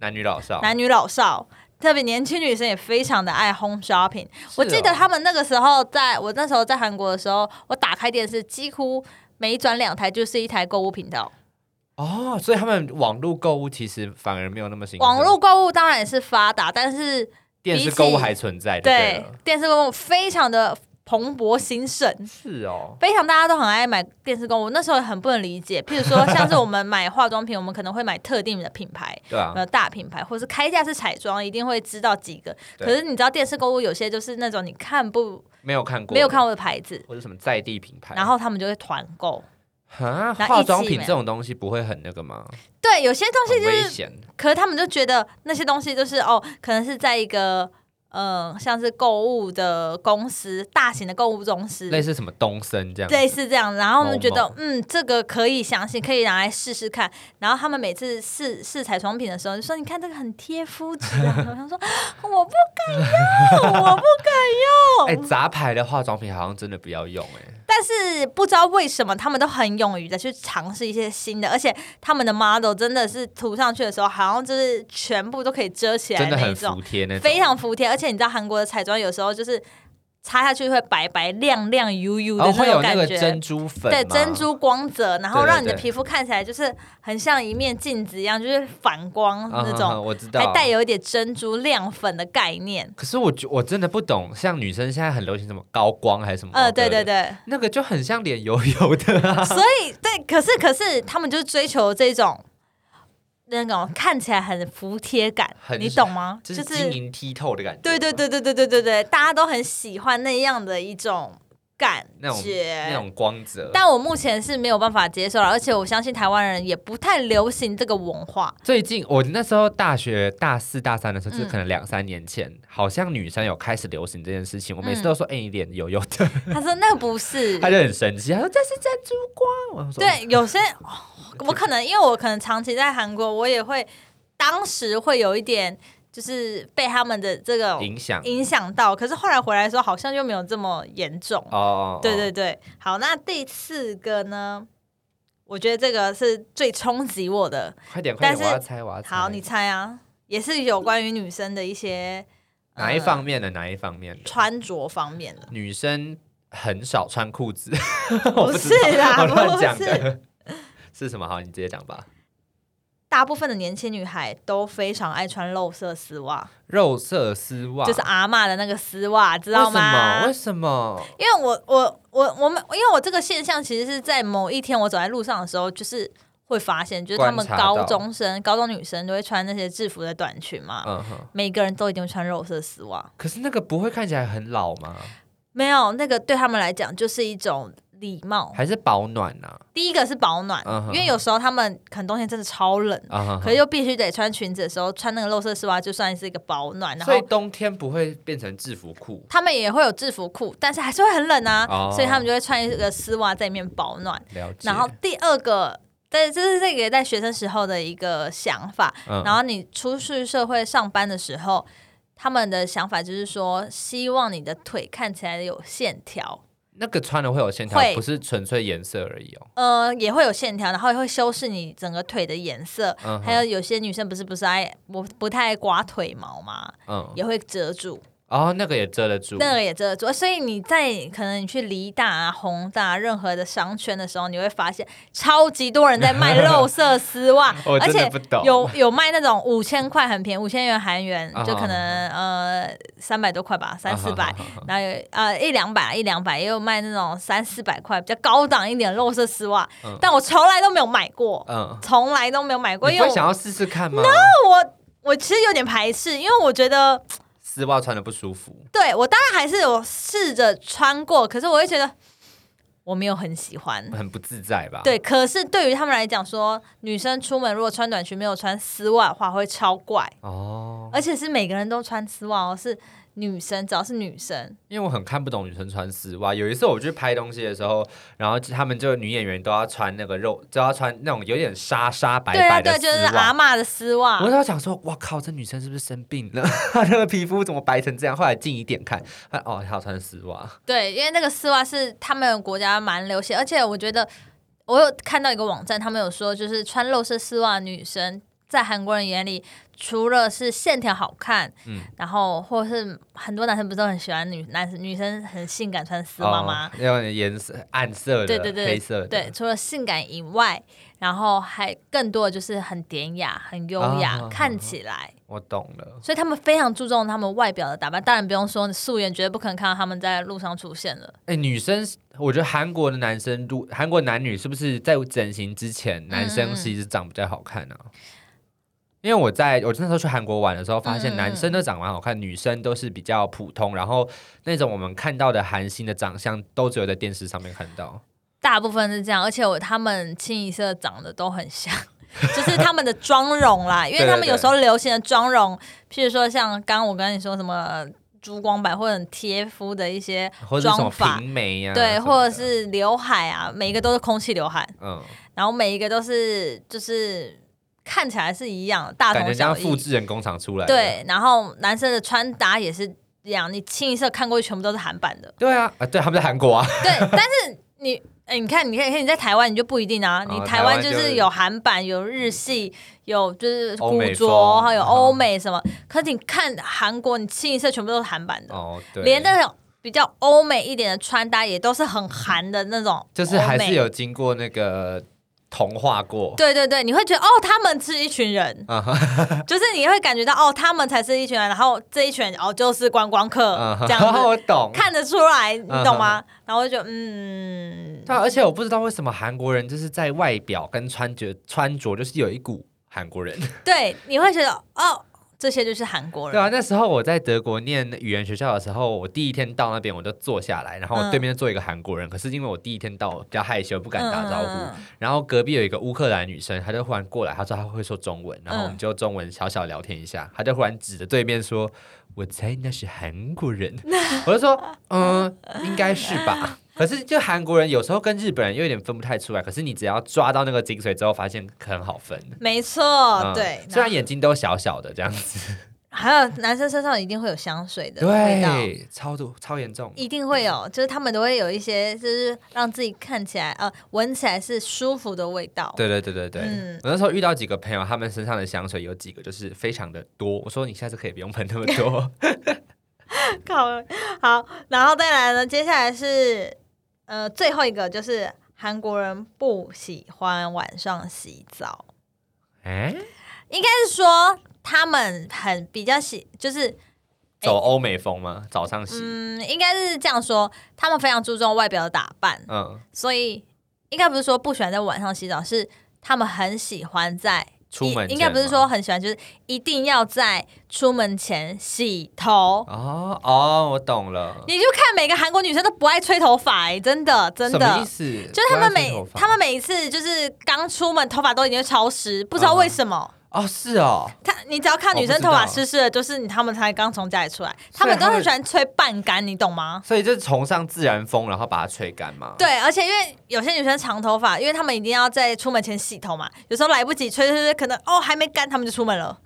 Speaker 1: 男女老少，
Speaker 2: 男女老少，特别年轻女生也非常的爱 home shopping。我
Speaker 1: 是
Speaker 2: 记得
Speaker 1: 哦
Speaker 2: 他们那个时候在，我那时候在韩国的时候，我打开电视，几乎每转两台就是一台购物频道。
Speaker 1: 哦，所以他们网络购物其实反而没有那么兴盛，
Speaker 2: 网络购物当然也是发达，但是
Speaker 1: 电视
Speaker 2: 比起
Speaker 1: 购物还存在，哎对啊
Speaker 2: 对
Speaker 1: 了，
Speaker 2: 电视购物非常的蓬勃兴盛。
Speaker 1: 是哦，
Speaker 2: 非常，大家都很爱买电视购物，那时候很不能理解。譬如说，像是我们买化妆品，我们可能会买特定的品牌，
Speaker 1: 对 啊，
Speaker 2: 呃，大品牌，或是开价是彩妆，一定会知道几个。
Speaker 1: 对
Speaker 2: 可是你知道，电视购物有些就是那种你看不
Speaker 1: 没有看过，
Speaker 2: 没有看，过的牌子，
Speaker 1: 或者什么在地品牌，
Speaker 2: 然后他们就会团购。
Speaker 1: 啊，
Speaker 2: 然后
Speaker 1: 化妆
Speaker 2: 一起
Speaker 1: 品
Speaker 2: 买
Speaker 1: 这种东西不会很那个吗？
Speaker 2: 对，有些东西
Speaker 1: 很
Speaker 2: 就
Speaker 1: 危
Speaker 2: 是，
Speaker 1: 险，
Speaker 2: 可是他们就觉得那些东西就是哦，可能是在一个呃，像是购物的公司、大型的购物公司，
Speaker 1: 类似什么东升这样子，
Speaker 2: 类似这样，然后我们觉
Speaker 1: 某
Speaker 2: 得，嗯，这个可以详细，可以拿来试试看。然后他们每次试试彩妆品的时候，就说：“你看这个很贴肤质啊。” 我想说：“我不敢用，我不敢
Speaker 1: 哎、
Speaker 2: 用。
Speaker 1: 杂牌的化妆品好像真的不要用哎、
Speaker 2: 但是不知道为什么，他们都很勇于的去尝试一些新的，而且他们的 model 真的是涂上去的时候，好像就是全部都可以遮起来
Speaker 1: 真的
Speaker 2: 那一
Speaker 1: 很
Speaker 2: 种
Speaker 1: 服，帖那种，
Speaker 2: 非常服帖。而且你知道韩国的彩妆有时候就是擦下去会白白亮亮油油的
Speaker 1: 然后哦会有那
Speaker 2: 感
Speaker 1: 个
Speaker 2: 觉，
Speaker 1: 珍珠粉嘛，
Speaker 2: 对珍珠光泽，然后
Speaker 1: 对对
Speaker 2: 让你的
Speaker 1: 对
Speaker 2: 皮肤看起来就是很像一面镜子一样，就是反光
Speaker 1: 啊
Speaker 2: 那
Speaker 1: 哈哈
Speaker 2: 种，
Speaker 1: 我知道，
Speaker 2: 还带有一点珍珠亮粉的概念。
Speaker 1: 可是我觉我真的不懂，像女生现在很流行什么高光还是什么？
Speaker 2: 呃，对对，对，
Speaker 1: 那个就很像脸油油的 啊。
Speaker 2: 所以对，可是可是他们就是追求这种那种看起来很服帖感，
Speaker 1: 很
Speaker 2: 你懂吗？
Speaker 1: 就
Speaker 2: 就是是
Speaker 1: 晶莹剔透的感觉。
Speaker 2: 对对，对对对对对对，大家都很喜欢那样的一种感
Speaker 1: 那种
Speaker 2: 觉，
Speaker 1: 那种光泽。
Speaker 2: 但我目前是没有办法接受了，而且我相信台湾人也不太流行这个文化。
Speaker 1: 最近我那时候大学大四大三的时候，就是
Speaker 2: 嗯
Speaker 1: 可能两三年前，好像女生有开始流行这件事情。我每次
Speaker 2: 嗯
Speaker 1: 都说：“哎、你脸油油的。，
Speaker 2: 他说那不是
Speaker 1: 她就很生气，她说：“这是珍珠光。”我说：“
Speaker 2: 对，有些哦我可能因为我可能长期在韩国，我也会当时会有一点就是被他们的这个
Speaker 1: 影响
Speaker 2: 影响到，可是后来回来的时候好像又没有这么严重。
Speaker 1: 哦哦，哦
Speaker 2: 对对对，好，那第四个呢？我觉得这个是最冲击我的。
Speaker 1: 快点快
Speaker 2: 但
Speaker 1: 点，
Speaker 2: 是
Speaker 1: 我要猜，我要猜。
Speaker 2: 好，你猜啊，也是有关于女生的一些
Speaker 1: 哪一
Speaker 2: 呃
Speaker 1: 方面的？哪一方面的？
Speaker 2: 穿着方面的，
Speaker 1: 女生很少穿裤 子，我不
Speaker 2: 不
Speaker 1: 知
Speaker 2: 是啦，
Speaker 1: 我乱
Speaker 2: 不
Speaker 1: 讲
Speaker 2: 是。
Speaker 1: 的。 是什么？好，你直接讲吧。
Speaker 2: 大部分的年轻女孩都非常爱穿肉色丝袜，
Speaker 1: 肉色丝袜，
Speaker 2: 就是阿嬷的那个丝袜，知道吗
Speaker 1: 为？什么？为什么？
Speaker 2: 因为我我我我们，因为我这个现象其实是在某一天我走在路上的时候，就是会发现，就是他们
Speaker 1: 观察到
Speaker 2: 高中生、高中女生都会穿那些制服的短裙嘛，
Speaker 1: 嗯哼。
Speaker 2: 每个人都一定会穿肉色丝袜。
Speaker 1: 可是那个不会看起来很老吗？
Speaker 2: 没有那个对他们来讲就是一种礼貌。
Speaker 1: 还是保暖啊呐？
Speaker 2: 第一个是保暖，
Speaker 1: 嗯哼
Speaker 2: 因为有时候他们可能冬天真的超冷，
Speaker 1: 啊哈哈
Speaker 2: 可是又必须得穿裙子的时候穿那个肉色丝袜，就算是一个保暖。然后
Speaker 1: 所以冬天不会变成制服裤。
Speaker 2: 他们也会有制服裤，但是还是会很冷啊，
Speaker 1: 哦
Speaker 2: 所以他们就会穿一个丝袜在里面保暖。
Speaker 1: 了解。
Speaker 2: 然后第二个，对，这是这个在学生时候的一个想法。
Speaker 1: 嗯，
Speaker 2: 然后你出去社会上班的时候，他们的想法就是说，希望你的腿看起来有线条，
Speaker 1: 那个穿了会有线条，
Speaker 2: 会
Speaker 1: 不是纯粹颜色而已哦。
Speaker 2: 呃，也会有线条，然后也会修饰你整个腿的颜色。
Speaker 1: 嗯哼，
Speaker 2: 还有有些女生不是不是爱不不太爱刮腿毛嘛，
Speaker 1: 嗯，
Speaker 2: 也会遮住。
Speaker 1: 哦，那个也遮得住。
Speaker 2: 那个也遮得住，所以你在可能你去梨大、啊、宏大、啊、任何的商圈的时候，你会发现超级多人在卖肉色 丝袜，
Speaker 1: 我
Speaker 2: 而
Speaker 1: 哦真的
Speaker 2: 且
Speaker 1: 不懂。嗯
Speaker 2: 有有卖那种五千块很便宜，五千元韩元
Speaker 1: 啊
Speaker 2: 就可能呃三百多块吧，三四百
Speaker 1: 啊。哈哈哈
Speaker 2: 然后有呃一两百一两百，也有卖那种三四百块比较高档一点的肉色丝袜，
Speaker 1: 嗯
Speaker 2: 但我从来都没有买过，
Speaker 1: 嗯，
Speaker 2: 从来都没有买过，
Speaker 1: 你
Speaker 2: 因
Speaker 1: 不
Speaker 2: 为
Speaker 1: 会想
Speaker 2: 我
Speaker 1: 要试试看吗？
Speaker 2: 我我其实有点排斥，因为我觉得
Speaker 1: 丝袜穿的不舒服。
Speaker 2: 对我当然还是有试着穿过，可是我会觉得我没有很喜欢。
Speaker 1: 很不自在吧？，
Speaker 2: 嗯对，可是对于他们来讲说，女生出门如果穿短裙没有穿丝袜的话，会超怪，
Speaker 1: 哦，
Speaker 2: 而且是每个人都穿丝袜哦，是女生，只要是女生，
Speaker 1: 因为我很看不懂女生穿丝袜。有一次我去拍东西的时候，然后他们就女演员都要穿那个肉，都要穿那种有点纱纱白
Speaker 2: 对啊
Speaker 1: 白的
Speaker 2: 对，
Speaker 1: 丝
Speaker 2: 就是
Speaker 1: 袜。
Speaker 2: 阿嬷的丝袜
Speaker 1: 我，就想说，哇靠，这女生是不是生病了？ 她那个皮肤怎么白成这样？后来近一点看，她哦，她有穿丝袜，
Speaker 2: 对，因为那个丝袜是他们国家蛮流行，而且我觉得我有看到一个网站，他们有说就是穿肉色丝袜的女生。在韩国人眼里，除了是线条好看，
Speaker 1: 嗯
Speaker 2: 然后或是很多男生不是都很喜欢女男生女生很性感穿丝袜吗
Speaker 1: 哦？那种颜色暗色的，
Speaker 2: 对对对
Speaker 1: 黑色的，
Speaker 2: 对，除了性感以外，然后还更多的就是很典雅、很优雅，
Speaker 1: 啊
Speaker 2: 看起来，
Speaker 1: 我懂了。
Speaker 2: 所以他们非常注重他们外表的打扮。当然不用说，素颜绝对不可能看到他们在路上出现了。
Speaker 1: 哎、女生，我觉得韩国的男生，如韩国男女是不是在整形之前，男生
Speaker 2: 嗯
Speaker 1: 其实长比较好看啊？因为我在我那时候去韩国玩的时候，发现
Speaker 2: 嗯嗯
Speaker 1: 男生都长蛮好看，女生都是比较普通，然后那种我们看到的韩星的长相，都只有在电视上面看到。
Speaker 2: 大部分是这样，而且我他们清一色长得都很像， 就是他们的妆容啦，因为他们有时候流行的妆容，譬如说像刚刚我跟你说什么呃珠光白或者很贴肤的一些
Speaker 1: 或者是什
Speaker 2: 妆
Speaker 1: 么
Speaker 2: 法
Speaker 1: 平，眉呀、
Speaker 2: 对，
Speaker 1: 啊什么
Speaker 2: 或者
Speaker 1: 的
Speaker 2: 是刘海啊，每一个都是空气刘海，
Speaker 1: 嗯，
Speaker 2: 然后每一个都是就是看起来是一样的，大
Speaker 1: 感觉
Speaker 2: 同
Speaker 1: 像
Speaker 2: 小
Speaker 1: 复
Speaker 2: 异。
Speaker 1: 制人工厂出来的。
Speaker 2: 对，然后男生的穿搭也是一样，你清一色看过去全部都是韩版的。
Speaker 1: 对啊，啊对，他们在韩国啊，
Speaker 2: 对，但是你，哎、你看，你看，你看你在台湾你就不一定啊，
Speaker 1: 哦
Speaker 2: 你
Speaker 1: 台
Speaker 2: 台
Speaker 1: 湾
Speaker 2: 湾就
Speaker 1: 就是
Speaker 2: 是有韩版、有日系、有就是
Speaker 1: 欧
Speaker 2: 古
Speaker 1: 美
Speaker 2: 着，
Speaker 1: 风
Speaker 2: 还有
Speaker 1: 嗯
Speaker 2: 欧美什么。可是你看韩国，你清一色全部都是韩版的，
Speaker 1: 哦，对，
Speaker 2: 连那种比较欧美一点的穿搭也都是很韩的那种，
Speaker 1: 就是还是。有经过那个同化过，
Speaker 2: 对对对，你会觉得哦，他们是一群人，
Speaker 1: 嗯
Speaker 2: 就是你会感觉到哦，他们才是一群人，然后这一群人哦就是观光客、
Speaker 1: 嗯，
Speaker 2: 这样 子，
Speaker 1: 我懂。
Speaker 2: 看得出来，你
Speaker 1: 嗯
Speaker 2: 懂吗？然后我就觉得嗯，
Speaker 1: 对啊，而且我不知道为什么韩国人就是在外表跟穿着穿着，就是有一股韩国人。
Speaker 2: 对，你会觉得哦，这些就是韩国
Speaker 1: 对
Speaker 2: 人。
Speaker 1: 啊，那时候我在德国念语言学校的时候，我第一天到那边我就坐下来，然后我对面坐一个韩国人，可是因为我第一天到，我比较害羞，不敢打招呼。
Speaker 2: 嗯嗯嗯
Speaker 1: 然后隔壁有一个乌克兰女生，她就忽然过来，她说她会说中文，然后我们
Speaker 2: 嗯
Speaker 1: 就中文小小聊天一 下，她就忽然指着对面说：“我猜那是韩国人。” 我就说：“嗯，应该是吧。” 可是，就韩国人有时候跟日本人又有点分不太出来。可是你只要抓到那个精髓之后，发现很好分。
Speaker 2: 没错，
Speaker 1: 嗯
Speaker 2: 哦对。
Speaker 1: 虽然
Speaker 2: 那
Speaker 1: 眼睛都小小的这样子，
Speaker 2: 还有男生身上一定会有香水的味道，
Speaker 1: 对，超多超严重。
Speaker 2: 一定会有，就是他们都会有一些，就是让自己看起来呃闻起来是舒服的味道。
Speaker 1: 对对对对对，
Speaker 2: 嗯
Speaker 1: 我那时候遇到几个朋友，他们身上的香水有几个就是非常的多。我说你下次可以不用喷那么 多。
Speaker 2: 靠，好，然后再来呢，接下来是呃最后一个就是韩国人不喜欢晚上洗澡。
Speaker 1: 哎、
Speaker 2: 应该是说他们很比较喜，就是
Speaker 1: 走欧美风吗？早上洗，
Speaker 2: 嗯，应该是这样说，他们非常注重外表的打扮，
Speaker 1: 嗯，
Speaker 2: 所以应该不是说不喜欢在晚上洗澡，是他们很喜欢在。
Speaker 1: 出门
Speaker 2: 一应该不是
Speaker 1: 前
Speaker 2: 说
Speaker 1: 吗
Speaker 2: 很喜欢，就是一定要在出门前洗头。
Speaker 1: 哦哦，我懂了，
Speaker 2: 你就看每个韩国女生都不爱吹头发、欸，真的真
Speaker 1: 什么意
Speaker 2: 的，
Speaker 1: 思？
Speaker 2: 就是他们
Speaker 1: 不要吹
Speaker 2: 每
Speaker 1: 头发
Speaker 2: 他们每一次就是刚出门，头发都已经潮湿，不知道
Speaker 1: 嗯
Speaker 2: 为什么。
Speaker 1: 哦是哦，
Speaker 2: 他，你只要看女生头
Speaker 1: 我
Speaker 2: 发
Speaker 1: 不知
Speaker 2: 湿湿的，就是你他们才刚从家里出来，他
Speaker 1: 所以
Speaker 2: 们都
Speaker 1: 他们
Speaker 2: 很喜欢吹半干，你懂吗？
Speaker 1: 所以就是崇尚自然风，然后把它吹干嘛？，
Speaker 2: 对，而且因为有些女生长头发，因为她们一定要在出门前洗头嘛，有时候来不及吹吹吹，可能哦还没干，她们就出门 了。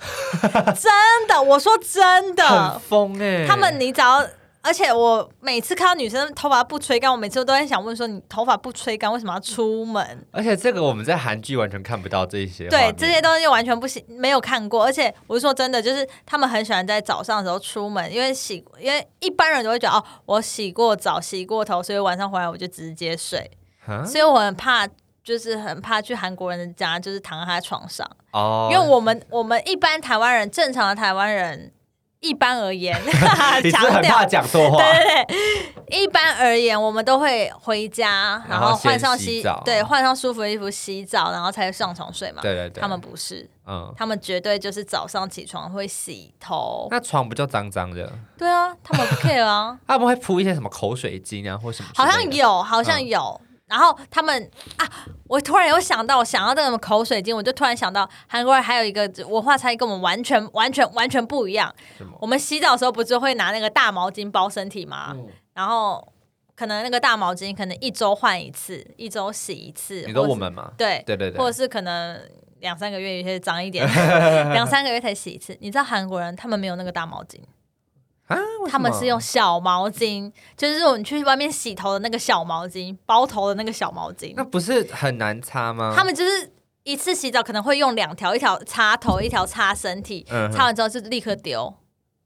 Speaker 2: 真的，我说真
Speaker 1: 很
Speaker 2: 的，
Speaker 1: 疯哎、
Speaker 2: 她们你只要，而且我每次看到女生头发不吹干，我每次都在想问说，你头发不吹干为什么要出门？
Speaker 1: 而且这个我们在韩剧完全看不到这些画
Speaker 2: 对
Speaker 1: 面，
Speaker 2: 这些东西完全不行，没有看过。而且我是说真的，就是他们很喜欢在早上的时候出门，因为洗，因为一般人都会觉得哦，我洗过澡、洗过头，所以晚上回来我就直接睡。
Speaker 1: 啊
Speaker 2: 所以我很怕，就是很怕去韩国人的家，就是躺在他床上，
Speaker 1: 哦，
Speaker 2: 因为我们我们一般台湾人，正常的台湾人，一般而言，
Speaker 1: 你是不是
Speaker 2: 强
Speaker 1: 很
Speaker 2: 调
Speaker 1: 怕。讲错话，
Speaker 2: 对对对，一般而言，我们都会回家，
Speaker 1: 然
Speaker 2: 然
Speaker 1: 后
Speaker 2: 后换
Speaker 1: 先
Speaker 2: 上
Speaker 1: 洗
Speaker 2: 洗
Speaker 1: 澡啊
Speaker 2: 对，换上舒服的衣服洗澡，然后才上床睡嘛。
Speaker 1: 对对对，
Speaker 2: 他们不是，
Speaker 1: 嗯，
Speaker 2: 他们绝对就是早上起床会洗头。
Speaker 1: 那床不就脏脏的？
Speaker 2: 对啊，他们不 care 啊，
Speaker 1: 他们会铺一些什么口水巾啊，或什么之类
Speaker 2: 好
Speaker 1: 的？
Speaker 2: 像有，好像有。然后他们啊，我突然有想到，我想到那个口水巾，我就突然想到韩国人还有一个文化差异跟我们完全、完全、完全不一样。
Speaker 1: 什么？
Speaker 2: 我们洗澡的时候不是会拿那个大毛巾包身体吗？
Speaker 1: 嗯
Speaker 2: 然后可能那个大毛巾可能一周换一次，一周洗一次。
Speaker 1: 你说
Speaker 2: 或
Speaker 1: 我
Speaker 2: 是
Speaker 1: 们吗？
Speaker 2: 对
Speaker 1: 对对
Speaker 2: 或
Speaker 1: 对
Speaker 2: 者，是可能两三个月有些脏 一点，两三个月才洗一次。你知道韩国人他们没有那个大毛巾，
Speaker 1: 啊，为
Speaker 2: 他们
Speaker 1: 什么
Speaker 2: 是用小毛巾，就是我们去外面洗头的那个小毛巾，包头的那个小毛巾
Speaker 1: 那。不啊是很难擦吗？
Speaker 2: 他们就是一次洗澡可能会用两条，一条擦头，一条擦身体，
Speaker 1: 嗯哼
Speaker 2: 擦完之后就立刻丢，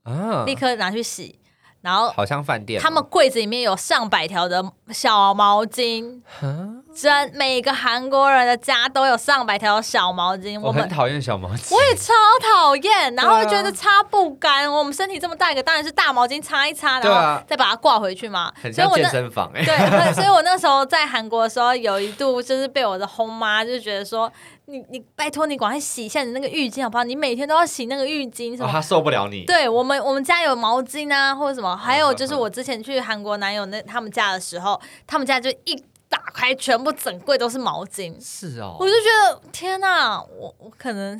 Speaker 1: 啊，
Speaker 2: 立刻拿去洗，然后。
Speaker 1: 好像饭店哦，
Speaker 2: 他们柜子里面有上百条的小毛巾，
Speaker 1: 啊，
Speaker 2: 真每个韩国人的家都有上百条小毛巾。
Speaker 1: 我
Speaker 2: 我们
Speaker 1: 很讨厌小毛巾，
Speaker 2: 我也超讨厌，然后我
Speaker 1: 对啊
Speaker 2: 觉得擦不干，我们身体这么大一个，当然是大毛巾擦一擦，
Speaker 1: 对
Speaker 2: 然
Speaker 1: 啊
Speaker 2: 后再把它挂回去嘛。
Speaker 1: 很
Speaker 2: 所以
Speaker 1: 像
Speaker 2: 我
Speaker 1: 健
Speaker 2: 那
Speaker 1: 身房哎、
Speaker 2: 对，所以我那时候在韩国的时候，有一度就是被我的轰妈就觉得说，你你拜托你赶快洗一下你那个浴巾好不好？你每天都要洗那个浴巾什
Speaker 1: 哦，
Speaker 2: 么？
Speaker 1: 他受不了你，
Speaker 2: 对我们，我们家有毛巾啊，或者什么，还有就是我之前去韩国男友那他们家的时候，他们家就一打开，全部整柜都是毛巾，
Speaker 1: 是哦
Speaker 2: 我，就觉得天哪、我我可能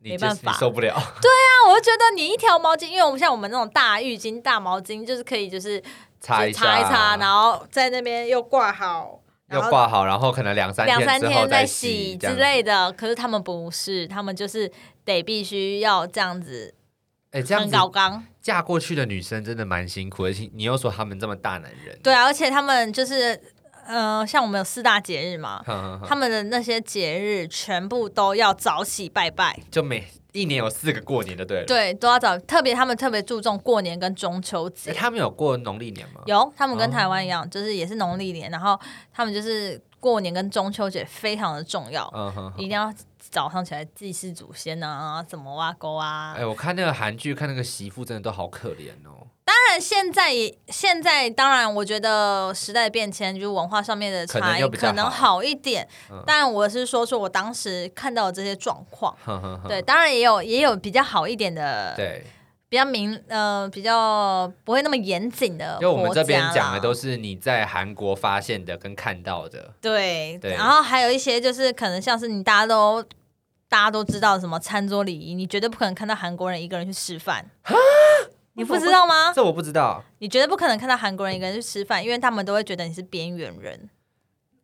Speaker 1: 你
Speaker 2: 没
Speaker 1: 就
Speaker 2: 办
Speaker 1: 是
Speaker 2: 法
Speaker 1: 受不了。
Speaker 2: 那 我就觉得你一条毛巾，因为我们像我们那种大浴巾、大毛巾，就是可以就是
Speaker 1: 擦一
Speaker 2: 就是擦一擦，
Speaker 1: 下，
Speaker 2: 然后在那边又挂好，
Speaker 1: 要
Speaker 2: 然后
Speaker 1: 挂好，然后可能两三
Speaker 2: 两三
Speaker 1: 之后
Speaker 2: 天再
Speaker 1: 洗
Speaker 2: 洗
Speaker 1: 这
Speaker 2: 之
Speaker 1: 样
Speaker 2: 类的。可是他们不是，他们就是得必须要这样子，
Speaker 1: 哎，这样
Speaker 2: 很
Speaker 1: 子
Speaker 2: 搞刚。
Speaker 1: 嫁过去的女生真的蛮辛苦的，而且你又说他们这么大男人，
Speaker 2: 对啊，而且他们就是，呃，像我们有四大节日 嘛，
Speaker 1: 嗯哼，哼
Speaker 2: 他
Speaker 1: 哼
Speaker 2: 们的那些节日全部都要早起拜拜，
Speaker 1: 就每一年有四个过年就对了。
Speaker 2: 对，都要早。特别他们特别注重过年跟中秋
Speaker 1: 哎，
Speaker 2: 节，
Speaker 1: 他们有过农历年吗？
Speaker 2: 有他们跟
Speaker 1: 哦
Speaker 2: 台湾一样，就是也是农历年，然后他们就是过年跟中秋节非常的重要，
Speaker 1: 嗯哼哼
Speaker 2: 一定要早上起来祭祀祖先啊，怎么挖沟啊。
Speaker 1: 哎，我看那个韩剧，看那个媳妇真的都好可怜哦。
Speaker 2: 当然现在也现在当然，我觉得时代变迁，就是文化上面的
Speaker 1: 可能
Speaker 2: 差异
Speaker 1: 又比较
Speaker 2: 可能
Speaker 1: 好
Speaker 2: 好一点，
Speaker 1: 嗯
Speaker 2: 但我是说说我当时看到的这些状况。
Speaker 1: 哼哼哼
Speaker 2: 对，当然也有也有比较好一点的，
Speaker 1: 嗯对，
Speaker 2: 比较明呃比较不会那么严谨呃的国
Speaker 1: 因为我
Speaker 2: 家啦，
Speaker 1: 们这边讲的都是你在韩国发现的跟看到的，
Speaker 2: 对，
Speaker 1: 对
Speaker 2: 然后还有一些就是可能像是你大家都大家都知道什么餐桌礼仪，你绝对不可能看到韩国人一个人去吃饭。你不知道吗？
Speaker 1: 这我不知道
Speaker 2: 你绝对不可能看到韩国人一个人去吃饭，因为他们都会觉得你是边缘人。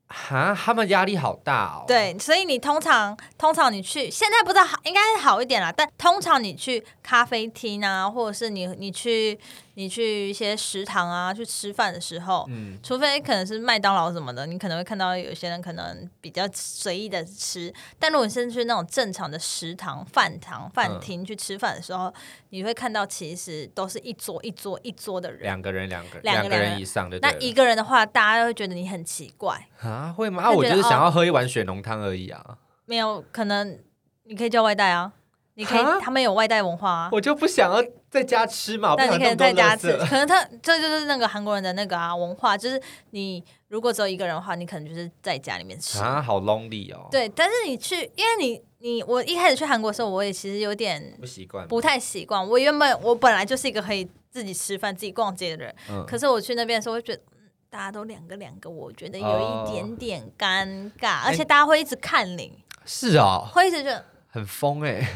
Speaker 1: 哈，他们压力好大哦。，
Speaker 2: 对，所以你通常通常你去现在不知道好，应该是好一点啦。但通常你去咖啡厅啊，或者是你你去你去一些食堂啊去吃饭的时候，
Speaker 1: 嗯，
Speaker 2: 除非可能是麦当劳什么的，你可能会看到有些人可能比较随意的吃，但如果你是去那种正常的食堂、饭堂、饭厅去吃饭的时候，
Speaker 1: 嗯
Speaker 2: 你会看到其实都是一桌一桌一桌的人。
Speaker 1: 两个人，两个人
Speaker 2: 两
Speaker 1: 两个
Speaker 2: 个两
Speaker 1: 人
Speaker 2: 个
Speaker 1: 以上就对
Speaker 2: 那
Speaker 1: 了
Speaker 2: 一个人的话，大家会觉得你很奇怪，
Speaker 1: 啊，会吗？啊，
Speaker 2: 就
Speaker 1: 我
Speaker 2: 觉
Speaker 1: 就
Speaker 2: 得
Speaker 1: 是想要喝一碗雪浓汤而已啊，
Speaker 2: 没有可能你可以叫外带啊，你可
Speaker 1: 哈
Speaker 2: 以他们有外带文化啊，
Speaker 1: 我就不想要在家吃嘛，我不
Speaker 2: 但
Speaker 1: 想
Speaker 2: 你可以
Speaker 1: 那么多
Speaker 2: 在家
Speaker 1: 垃
Speaker 2: 吃，
Speaker 1: 圾
Speaker 2: 可能他这就是那个韩国人的那个啊文化，就是你如果只有一个人的话，你可能就是在家里面吃
Speaker 1: 啊，好 lonely 哦，，
Speaker 2: 对，但是你去，因为你你我一开始去韩国的时候，我也其实有点
Speaker 1: 不习惯，
Speaker 2: 不太习惯。我原本我本来就是一个可以自己吃饭、自己逛街的人，
Speaker 1: 嗯，
Speaker 2: 可是我去那边的时候，我就觉得。嗯大家都两个两个，我觉得
Speaker 1: 哦
Speaker 2: 有一点点尴
Speaker 1: 哎
Speaker 2: 尬，而且大家会一直看你，
Speaker 1: 是哦，
Speaker 2: 会一直就
Speaker 1: 很疯 哎，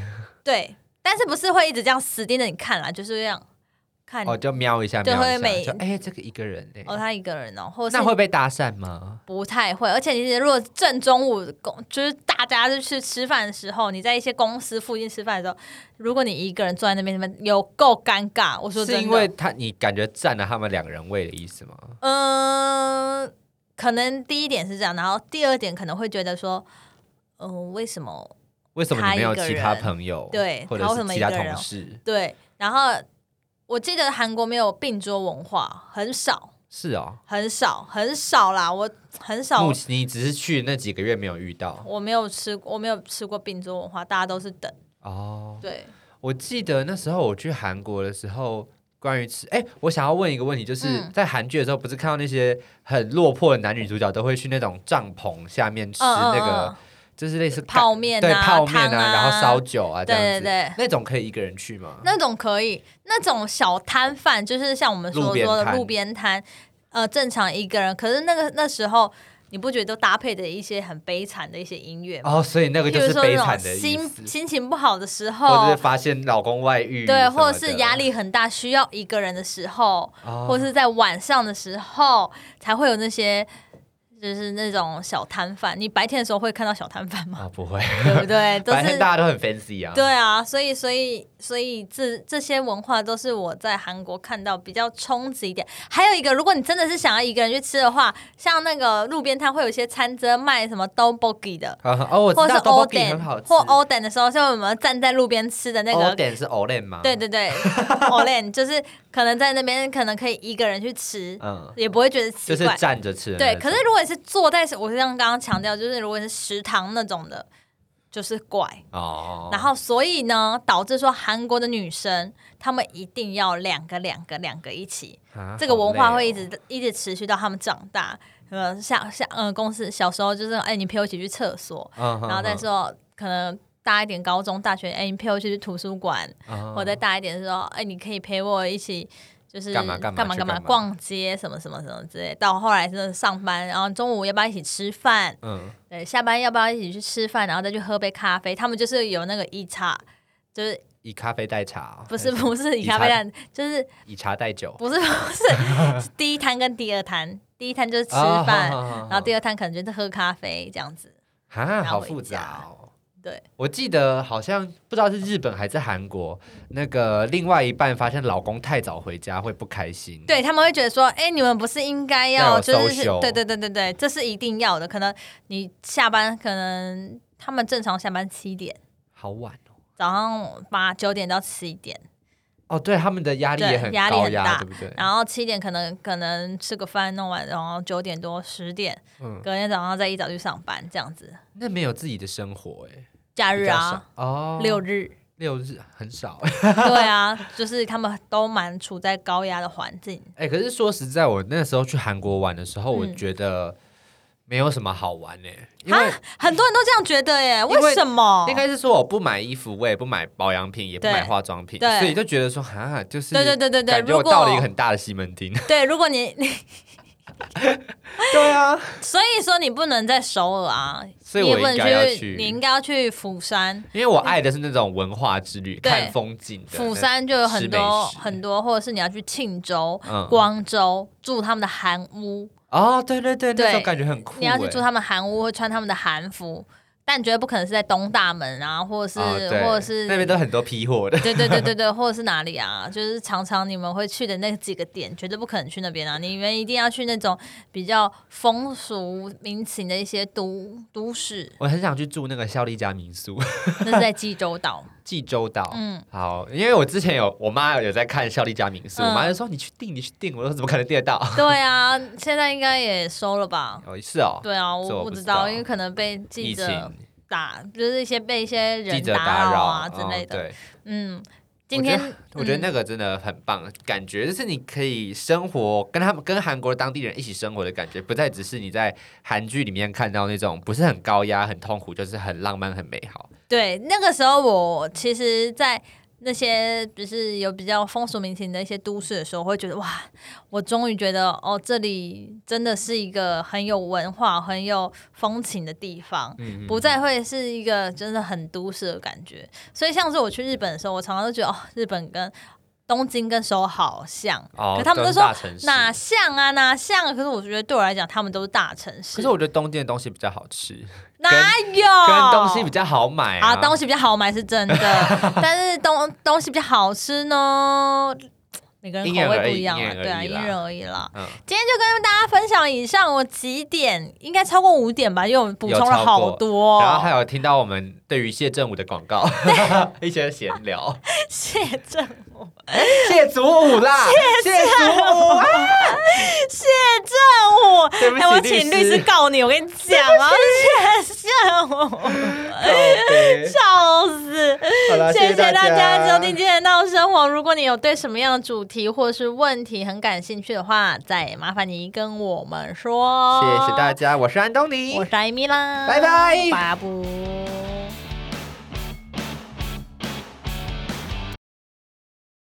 Speaker 2: 对，但是不是会一直这样死盯着你看啦，就是这样看
Speaker 1: 哦，
Speaker 2: 哦
Speaker 1: 就瞄一下，
Speaker 2: 对
Speaker 1: 瞄一
Speaker 2: 会每
Speaker 1: 下，就哎，这个一个人哎，
Speaker 2: 他一个人哦，或是
Speaker 1: 那会被搭讪吗？
Speaker 2: 不太会，而且你如果正中午公就是大家就去吃饭的时候，你在一些公司附近吃饭的时候，如果你一个人坐在那边，那边有够尴尬。我说真
Speaker 1: 是因
Speaker 2: 的，
Speaker 1: 为他你感觉占了他们两个人位的意思吗？
Speaker 2: 嗯、可能第一点是这样，然后第二点可能会觉得说，嗯、为什么
Speaker 1: 为什么
Speaker 2: 他
Speaker 1: 你没
Speaker 2: 一
Speaker 1: 有
Speaker 2: 个
Speaker 1: 其他
Speaker 2: 人
Speaker 1: 朋友，
Speaker 2: 对
Speaker 1: 或者
Speaker 2: 他为什
Speaker 1: 是
Speaker 2: 么
Speaker 1: 其
Speaker 2: 一
Speaker 1: 他
Speaker 2: 个
Speaker 1: 同
Speaker 2: 人
Speaker 1: 事？
Speaker 2: 对？然后我记得韩国没有并桌文化，很少。
Speaker 1: 是哦，
Speaker 2: 很少，很少啦，我很少
Speaker 1: 目，前你只是去那几个月没有遇到
Speaker 2: 我没有吃，我没有吃过并桌文化，大家都是等，
Speaker 1: 哦。
Speaker 2: 对，
Speaker 1: 我记得那时候我去韩国的时候，关于吃，哎、我想要问一个问题，就是、
Speaker 2: 嗯
Speaker 1: 在韩剧的时候，不是看到那些很落魄的男女主角都会去那种帐篷下面吃那个，就是类似干
Speaker 2: 嗯泡面啊
Speaker 1: 对泡面
Speaker 2: 汤啊
Speaker 1: 然后烧酒啊这样
Speaker 2: 对
Speaker 1: 子，
Speaker 2: 对对，
Speaker 1: 那种可以一个人去吗？
Speaker 2: 那种可以，那种小摊贩就是像我们
Speaker 1: 路
Speaker 2: 所
Speaker 1: 边
Speaker 2: 说的
Speaker 1: 摊
Speaker 2: 路边摊，呃，正常一个人，可是那个那时候你不觉得都搭配着一些很悲惨的一些音乐吗？
Speaker 1: 哦，所以那个
Speaker 2: 比
Speaker 1: 就
Speaker 2: 如
Speaker 1: 是
Speaker 2: 说
Speaker 1: 悲
Speaker 2: 那
Speaker 1: 惨
Speaker 2: 种
Speaker 1: 的意
Speaker 2: 心
Speaker 1: 思，
Speaker 2: 心情不好的时
Speaker 1: 或者
Speaker 2: 候
Speaker 1: 是，发现老公外遇，
Speaker 2: 对，或者是压，力很大需要一个人的时候，
Speaker 1: 哦、
Speaker 2: 或是在晚上的时候才会有那些。就是那种小摊贩，你白天的时候会看到小摊 贩吗？
Speaker 1: 啊不会，
Speaker 2: 对不对？都
Speaker 1: 反
Speaker 2: 是
Speaker 1: 正大家都很 fancy 啊，
Speaker 2: 对啊，所以所以所以这这些文化都是我在韩国看到比较冲击一点。还有一个，如果你真的是想要一个人去吃的话，像那个路边摊会有一些餐车卖什么 d o b o g i 的，
Speaker 1: 啊。哦，我知
Speaker 2: 或者
Speaker 1: 道
Speaker 2: 是 o d
Speaker 1: Dobbogi
Speaker 2: e
Speaker 1: 很好
Speaker 2: n
Speaker 1: 吃，
Speaker 2: 或 o d e n 的时候，像我们站在路边吃的那个。
Speaker 1: Oden 啊是 Olen 吗？
Speaker 2: 对，对对 o l e n 就是可能在那边可能可以一个人去吃，
Speaker 1: 嗯，
Speaker 2: 也不会觉得
Speaker 1: 就
Speaker 2: 奇
Speaker 1: 是
Speaker 2: 怪。
Speaker 1: 站着吃的那种。
Speaker 2: 对，可是如果你是坐在，我是像刚刚强调，就是如果你是食堂那种的，就是怪。
Speaker 1: 哦，
Speaker 2: 然后，所以呢，导致说韩国的女生，她们一定要两个、两个、两个一起，
Speaker 1: 啊
Speaker 2: 这个文化会一。
Speaker 1: 好
Speaker 2: 直
Speaker 1: 累、
Speaker 2: 一直持续到她们长大。呃，像像呃，公司小时候就是，哎，你陪我一起去厕所，
Speaker 1: 哦、
Speaker 2: 然后再
Speaker 1: 说，
Speaker 2: 说可能大一点，高中、大学，哎，你陪我去图书馆，
Speaker 1: 嗯
Speaker 2: 或者再大一点的时候，哎，你可以陪我一起。就是
Speaker 1: 干嘛干嘛
Speaker 2: 干嘛
Speaker 1: 去
Speaker 2: 干嘛
Speaker 1: 干嘛
Speaker 2: 逛街什么什么什么之类，到后来真的上班，然后中午要不要一起吃饭？
Speaker 1: 嗯，
Speaker 2: 对，下班要不要一起去吃饭，然后再去喝杯咖啡？他们就是有那个一叉就是
Speaker 1: 以咖啡代茶哦，
Speaker 2: 不是
Speaker 1: 还
Speaker 2: 不是以咖啡蛋，就是
Speaker 1: 以茶代酒，
Speaker 2: 不是不是第一摊跟第二摊，第一摊就是吃
Speaker 1: 啊
Speaker 2: 饭，
Speaker 1: 哦
Speaker 2: 然后第
Speaker 1: 二
Speaker 2: 二摊可能就是喝咖啡这样子。
Speaker 1: 啊，
Speaker 2: 拿
Speaker 1: 好
Speaker 2: 回
Speaker 1: 复
Speaker 2: 家
Speaker 1: 杂哦。
Speaker 2: 对，
Speaker 1: 我记得好像不知道是日本还是韩国，那个另外一半发现老公太早回家会不开心。
Speaker 2: 对他们会觉得说，哎、你们不是应该
Speaker 1: 要
Speaker 2: 要
Speaker 1: 有
Speaker 2: 就是是
Speaker 1: social
Speaker 2: 对对对对对，这是一定要的。可能你下班，可能他们正常下班七点，
Speaker 1: 好晚哦。
Speaker 2: 早上八九点到十一点，
Speaker 1: 哦，对，他们的压力
Speaker 2: 对
Speaker 1: 也很
Speaker 2: 压力
Speaker 1: 高
Speaker 2: 很
Speaker 1: 压，
Speaker 2: 大
Speaker 1: 对不对？
Speaker 2: 然后七点可能可能吃个饭弄完，然后九点多十点，
Speaker 1: 嗯，
Speaker 2: 隔天早上再一早去上班这样子。
Speaker 1: 那没有自己的生活哎，
Speaker 2: 假
Speaker 1: 比
Speaker 2: 日
Speaker 1: 较少
Speaker 2: 啊，
Speaker 1: 哦，
Speaker 2: 六日，
Speaker 1: 六日很少
Speaker 2: 对啊，就是他们都蛮处在高压的环境。
Speaker 1: 哎。可是说实在，我那时候去韩国玩的时候，我
Speaker 2: 嗯
Speaker 1: 觉得没有什么好玩哎，因
Speaker 2: 啊
Speaker 1: 为
Speaker 2: 很多人都这样觉得耶，
Speaker 1: 为
Speaker 2: 为什么？
Speaker 1: 应该是说我不买衣服，我也不买保养品，也不
Speaker 2: 对
Speaker 1: 买化妆品，
Speaker 2: 对
Speaker 1: 所以就觉得说哈，就是
Speaker 2: 对对对对对，
Speaker 1: 感觉
Speaker 2: 如
Speaker 1: 我
Speaker 2: 果
Speaker 1: 到了一个很大的西门 町。
Speaker 2: 对，如果你你
Speaker 1: 对啊，
Speaker 2: 所以说你不能在首尔啊，
Speaker 1: 所以
Speaker 2: 你也
Speaker 1: 我
Speaker 2: 不
Speaker 1: 应
Speaker 2: 能
Speaker 1: 该要
Speaker 2: 去，你应该要去釜山。
Speaker 1: 因为我爱的是那种文化之旅，
Speaker 2: 对
Speaker 1: 看风景的那种。
Speaker 2: 釜山就有很
Speaker 1: 吃
Speaker 2: 多
Speaker 1: 美食
Speaker 2: 很多，或者是你要去庆州、
Speaker 1: 嗯
Speaker 2: 光州住他们的韩屋，
Speaker 1: 哦，对对对，
Speaker 2: 对
Speaker 1: 那种感觉很酷欸。
Speaker 2: 你要去住他们韩屋，会穿他们的韩服，但绝对不可能是在东大门啊，或者是、
Speaker 1: 哦对
Speaker 2: 或者是
Speaker 1: 那边都很多批货的。
Speaker 2: 对对对对对，或者是哪里啊？ 就是常常你们会去的那几个点，绝对不可能去那边啊！你们一定要去那种比较风俗民情的一些都都市，
Speaker 1: 我很想去住那个孝利家民宿，
Speaker 2: 那是在济州 岛。
Speaker 1: 济州岛。
Speaker 2: 嗯，
Speaker 1: 好，因为我之前有我妈有在看孝利家民宿，
Speaker 2: 嗯
Speaker 1: 我妈就说你去订，你去订。我说怎么可能订得到？
Speaker 2: 对啊，现在应该也收了吧？
Speaker 1: 哦，是哦，
Speaker 2: 对啊，
Speaker 1: 这我
Speaker 2: 我
Speaker 1: 不
Speaker 2: 不
Speaker 1: 知
Speaker 2: 知
Speaker 1: 道
Speaker 2: 道，因为可能被记
Speaker 1: 疫
Speaker 2: 者
Speaker 1: 情
Speaker 2: 打，就是一些被一些
Speaker 1: 记
Speaker 2: 人
Speaker 1: 者
Speaker 2: 打
Speaker 1: 扰
Speaker 2: 啊之
Speaker 1: 哦
Speaker 2: 类的。
Speaker 1: 对，
Speaker 2: 嗯，今
Speaker 1: 我觉得
Speaker 2: 天
Speaker 1: 我觉得
Speaker 2: 嗯
Speaker 1: 那个真的很棒，感觉就是你可以生活跟他们跟韩国当地人一起生活的感觉，不再只是你在韩剧里面看到那种不是很高压、很痛苦，就是很浪漫、很美好。
Speaker 2: 对，那个时候我其实，在那些就是有比较风俗民情的一些都市的时候，我会觉得哇，我终于觉得哦，这里真的是一个很有文化、很有风情的地方，
Speaker 1: 嗯，
Speaker 2: 不再会是一个真的很都市的感觉。所以，像是我去日本的时候，我常常都觉得哦，日本跟东京跟首尔好像，
Speaker 1: 哦，
Speaker 2: 可他们
Speaker 1: 都是
Speaker 2: 都说
Speaker 1: 大城市。
Speaker 2: 哪像啊哪像啊？可是我觉得对我来讲，他们都是大城市，
Speaker 1: 可是我觉得东京的东西比较好吃，
Speaker 2: 哪有
Speaker 1: 跟东西比较好买
Speaker 2: 哦啊，
Speaker 1: 啊。
Speaker 2: 东西比较好买是 真的，但是东东西比较好吃呢，每个人
Speaker 1: 因人
Speaker 2: 口味
Speaker 1: 而
Speaker 2: 不
Speaker 1: 异
Speaker 2: 一样
Speaker 1: 因
Speaker 2: 啊，
Speaker 1: 人而
Speaker 2: 对啊，
Speaker 1: 异
Speaker 2: 因
Speaker 1: 啦
Speaker 2: 人而异啦。
Speaker 1: 嗯，
Speaker 2: 今天就跟大家分享以上，我几点应该超过五点吧，因为我们补
Speaker 1: 有
Speaker 2: 充了
Speaker 1: 超
Speaker 2: 好
Speaker 1: 过
Speaker 2: 多
Speaker 1: 然后还
Speaker 2: 哦。
Speaker 1: 有听到我们对于谢振武的广 告，一些闲聊，
Speaker 2: 谢振武，
Speaker 1: 谢祖武啦，谢祖武啊，
Speaker 2: 谢振武，
Speaker 1: 对不
Speaker 2: 哎，我
Speaker 1: 起，
Speaker 2: 请律师告你，我跟你讲啊，谢振武，
Speaker 1: OK
Speaker 2: 笑死。
Speaker 1: 好啦
Speaker 2: 谢
Speaker 1: 谢
Speaker 2: 谢大家收
Speaker 1: 家
Speaker 2: 听今天的闹生活。如果你有对什么样的主题或是问题很感兴趣的话，再麻烦你跟我们说。
Speaker 1: 谢谢大，家，我是安东尼，
Speaker 2: 我是艾米啦，
Speaker 1: 拜拜
Speaker 2: 巴布。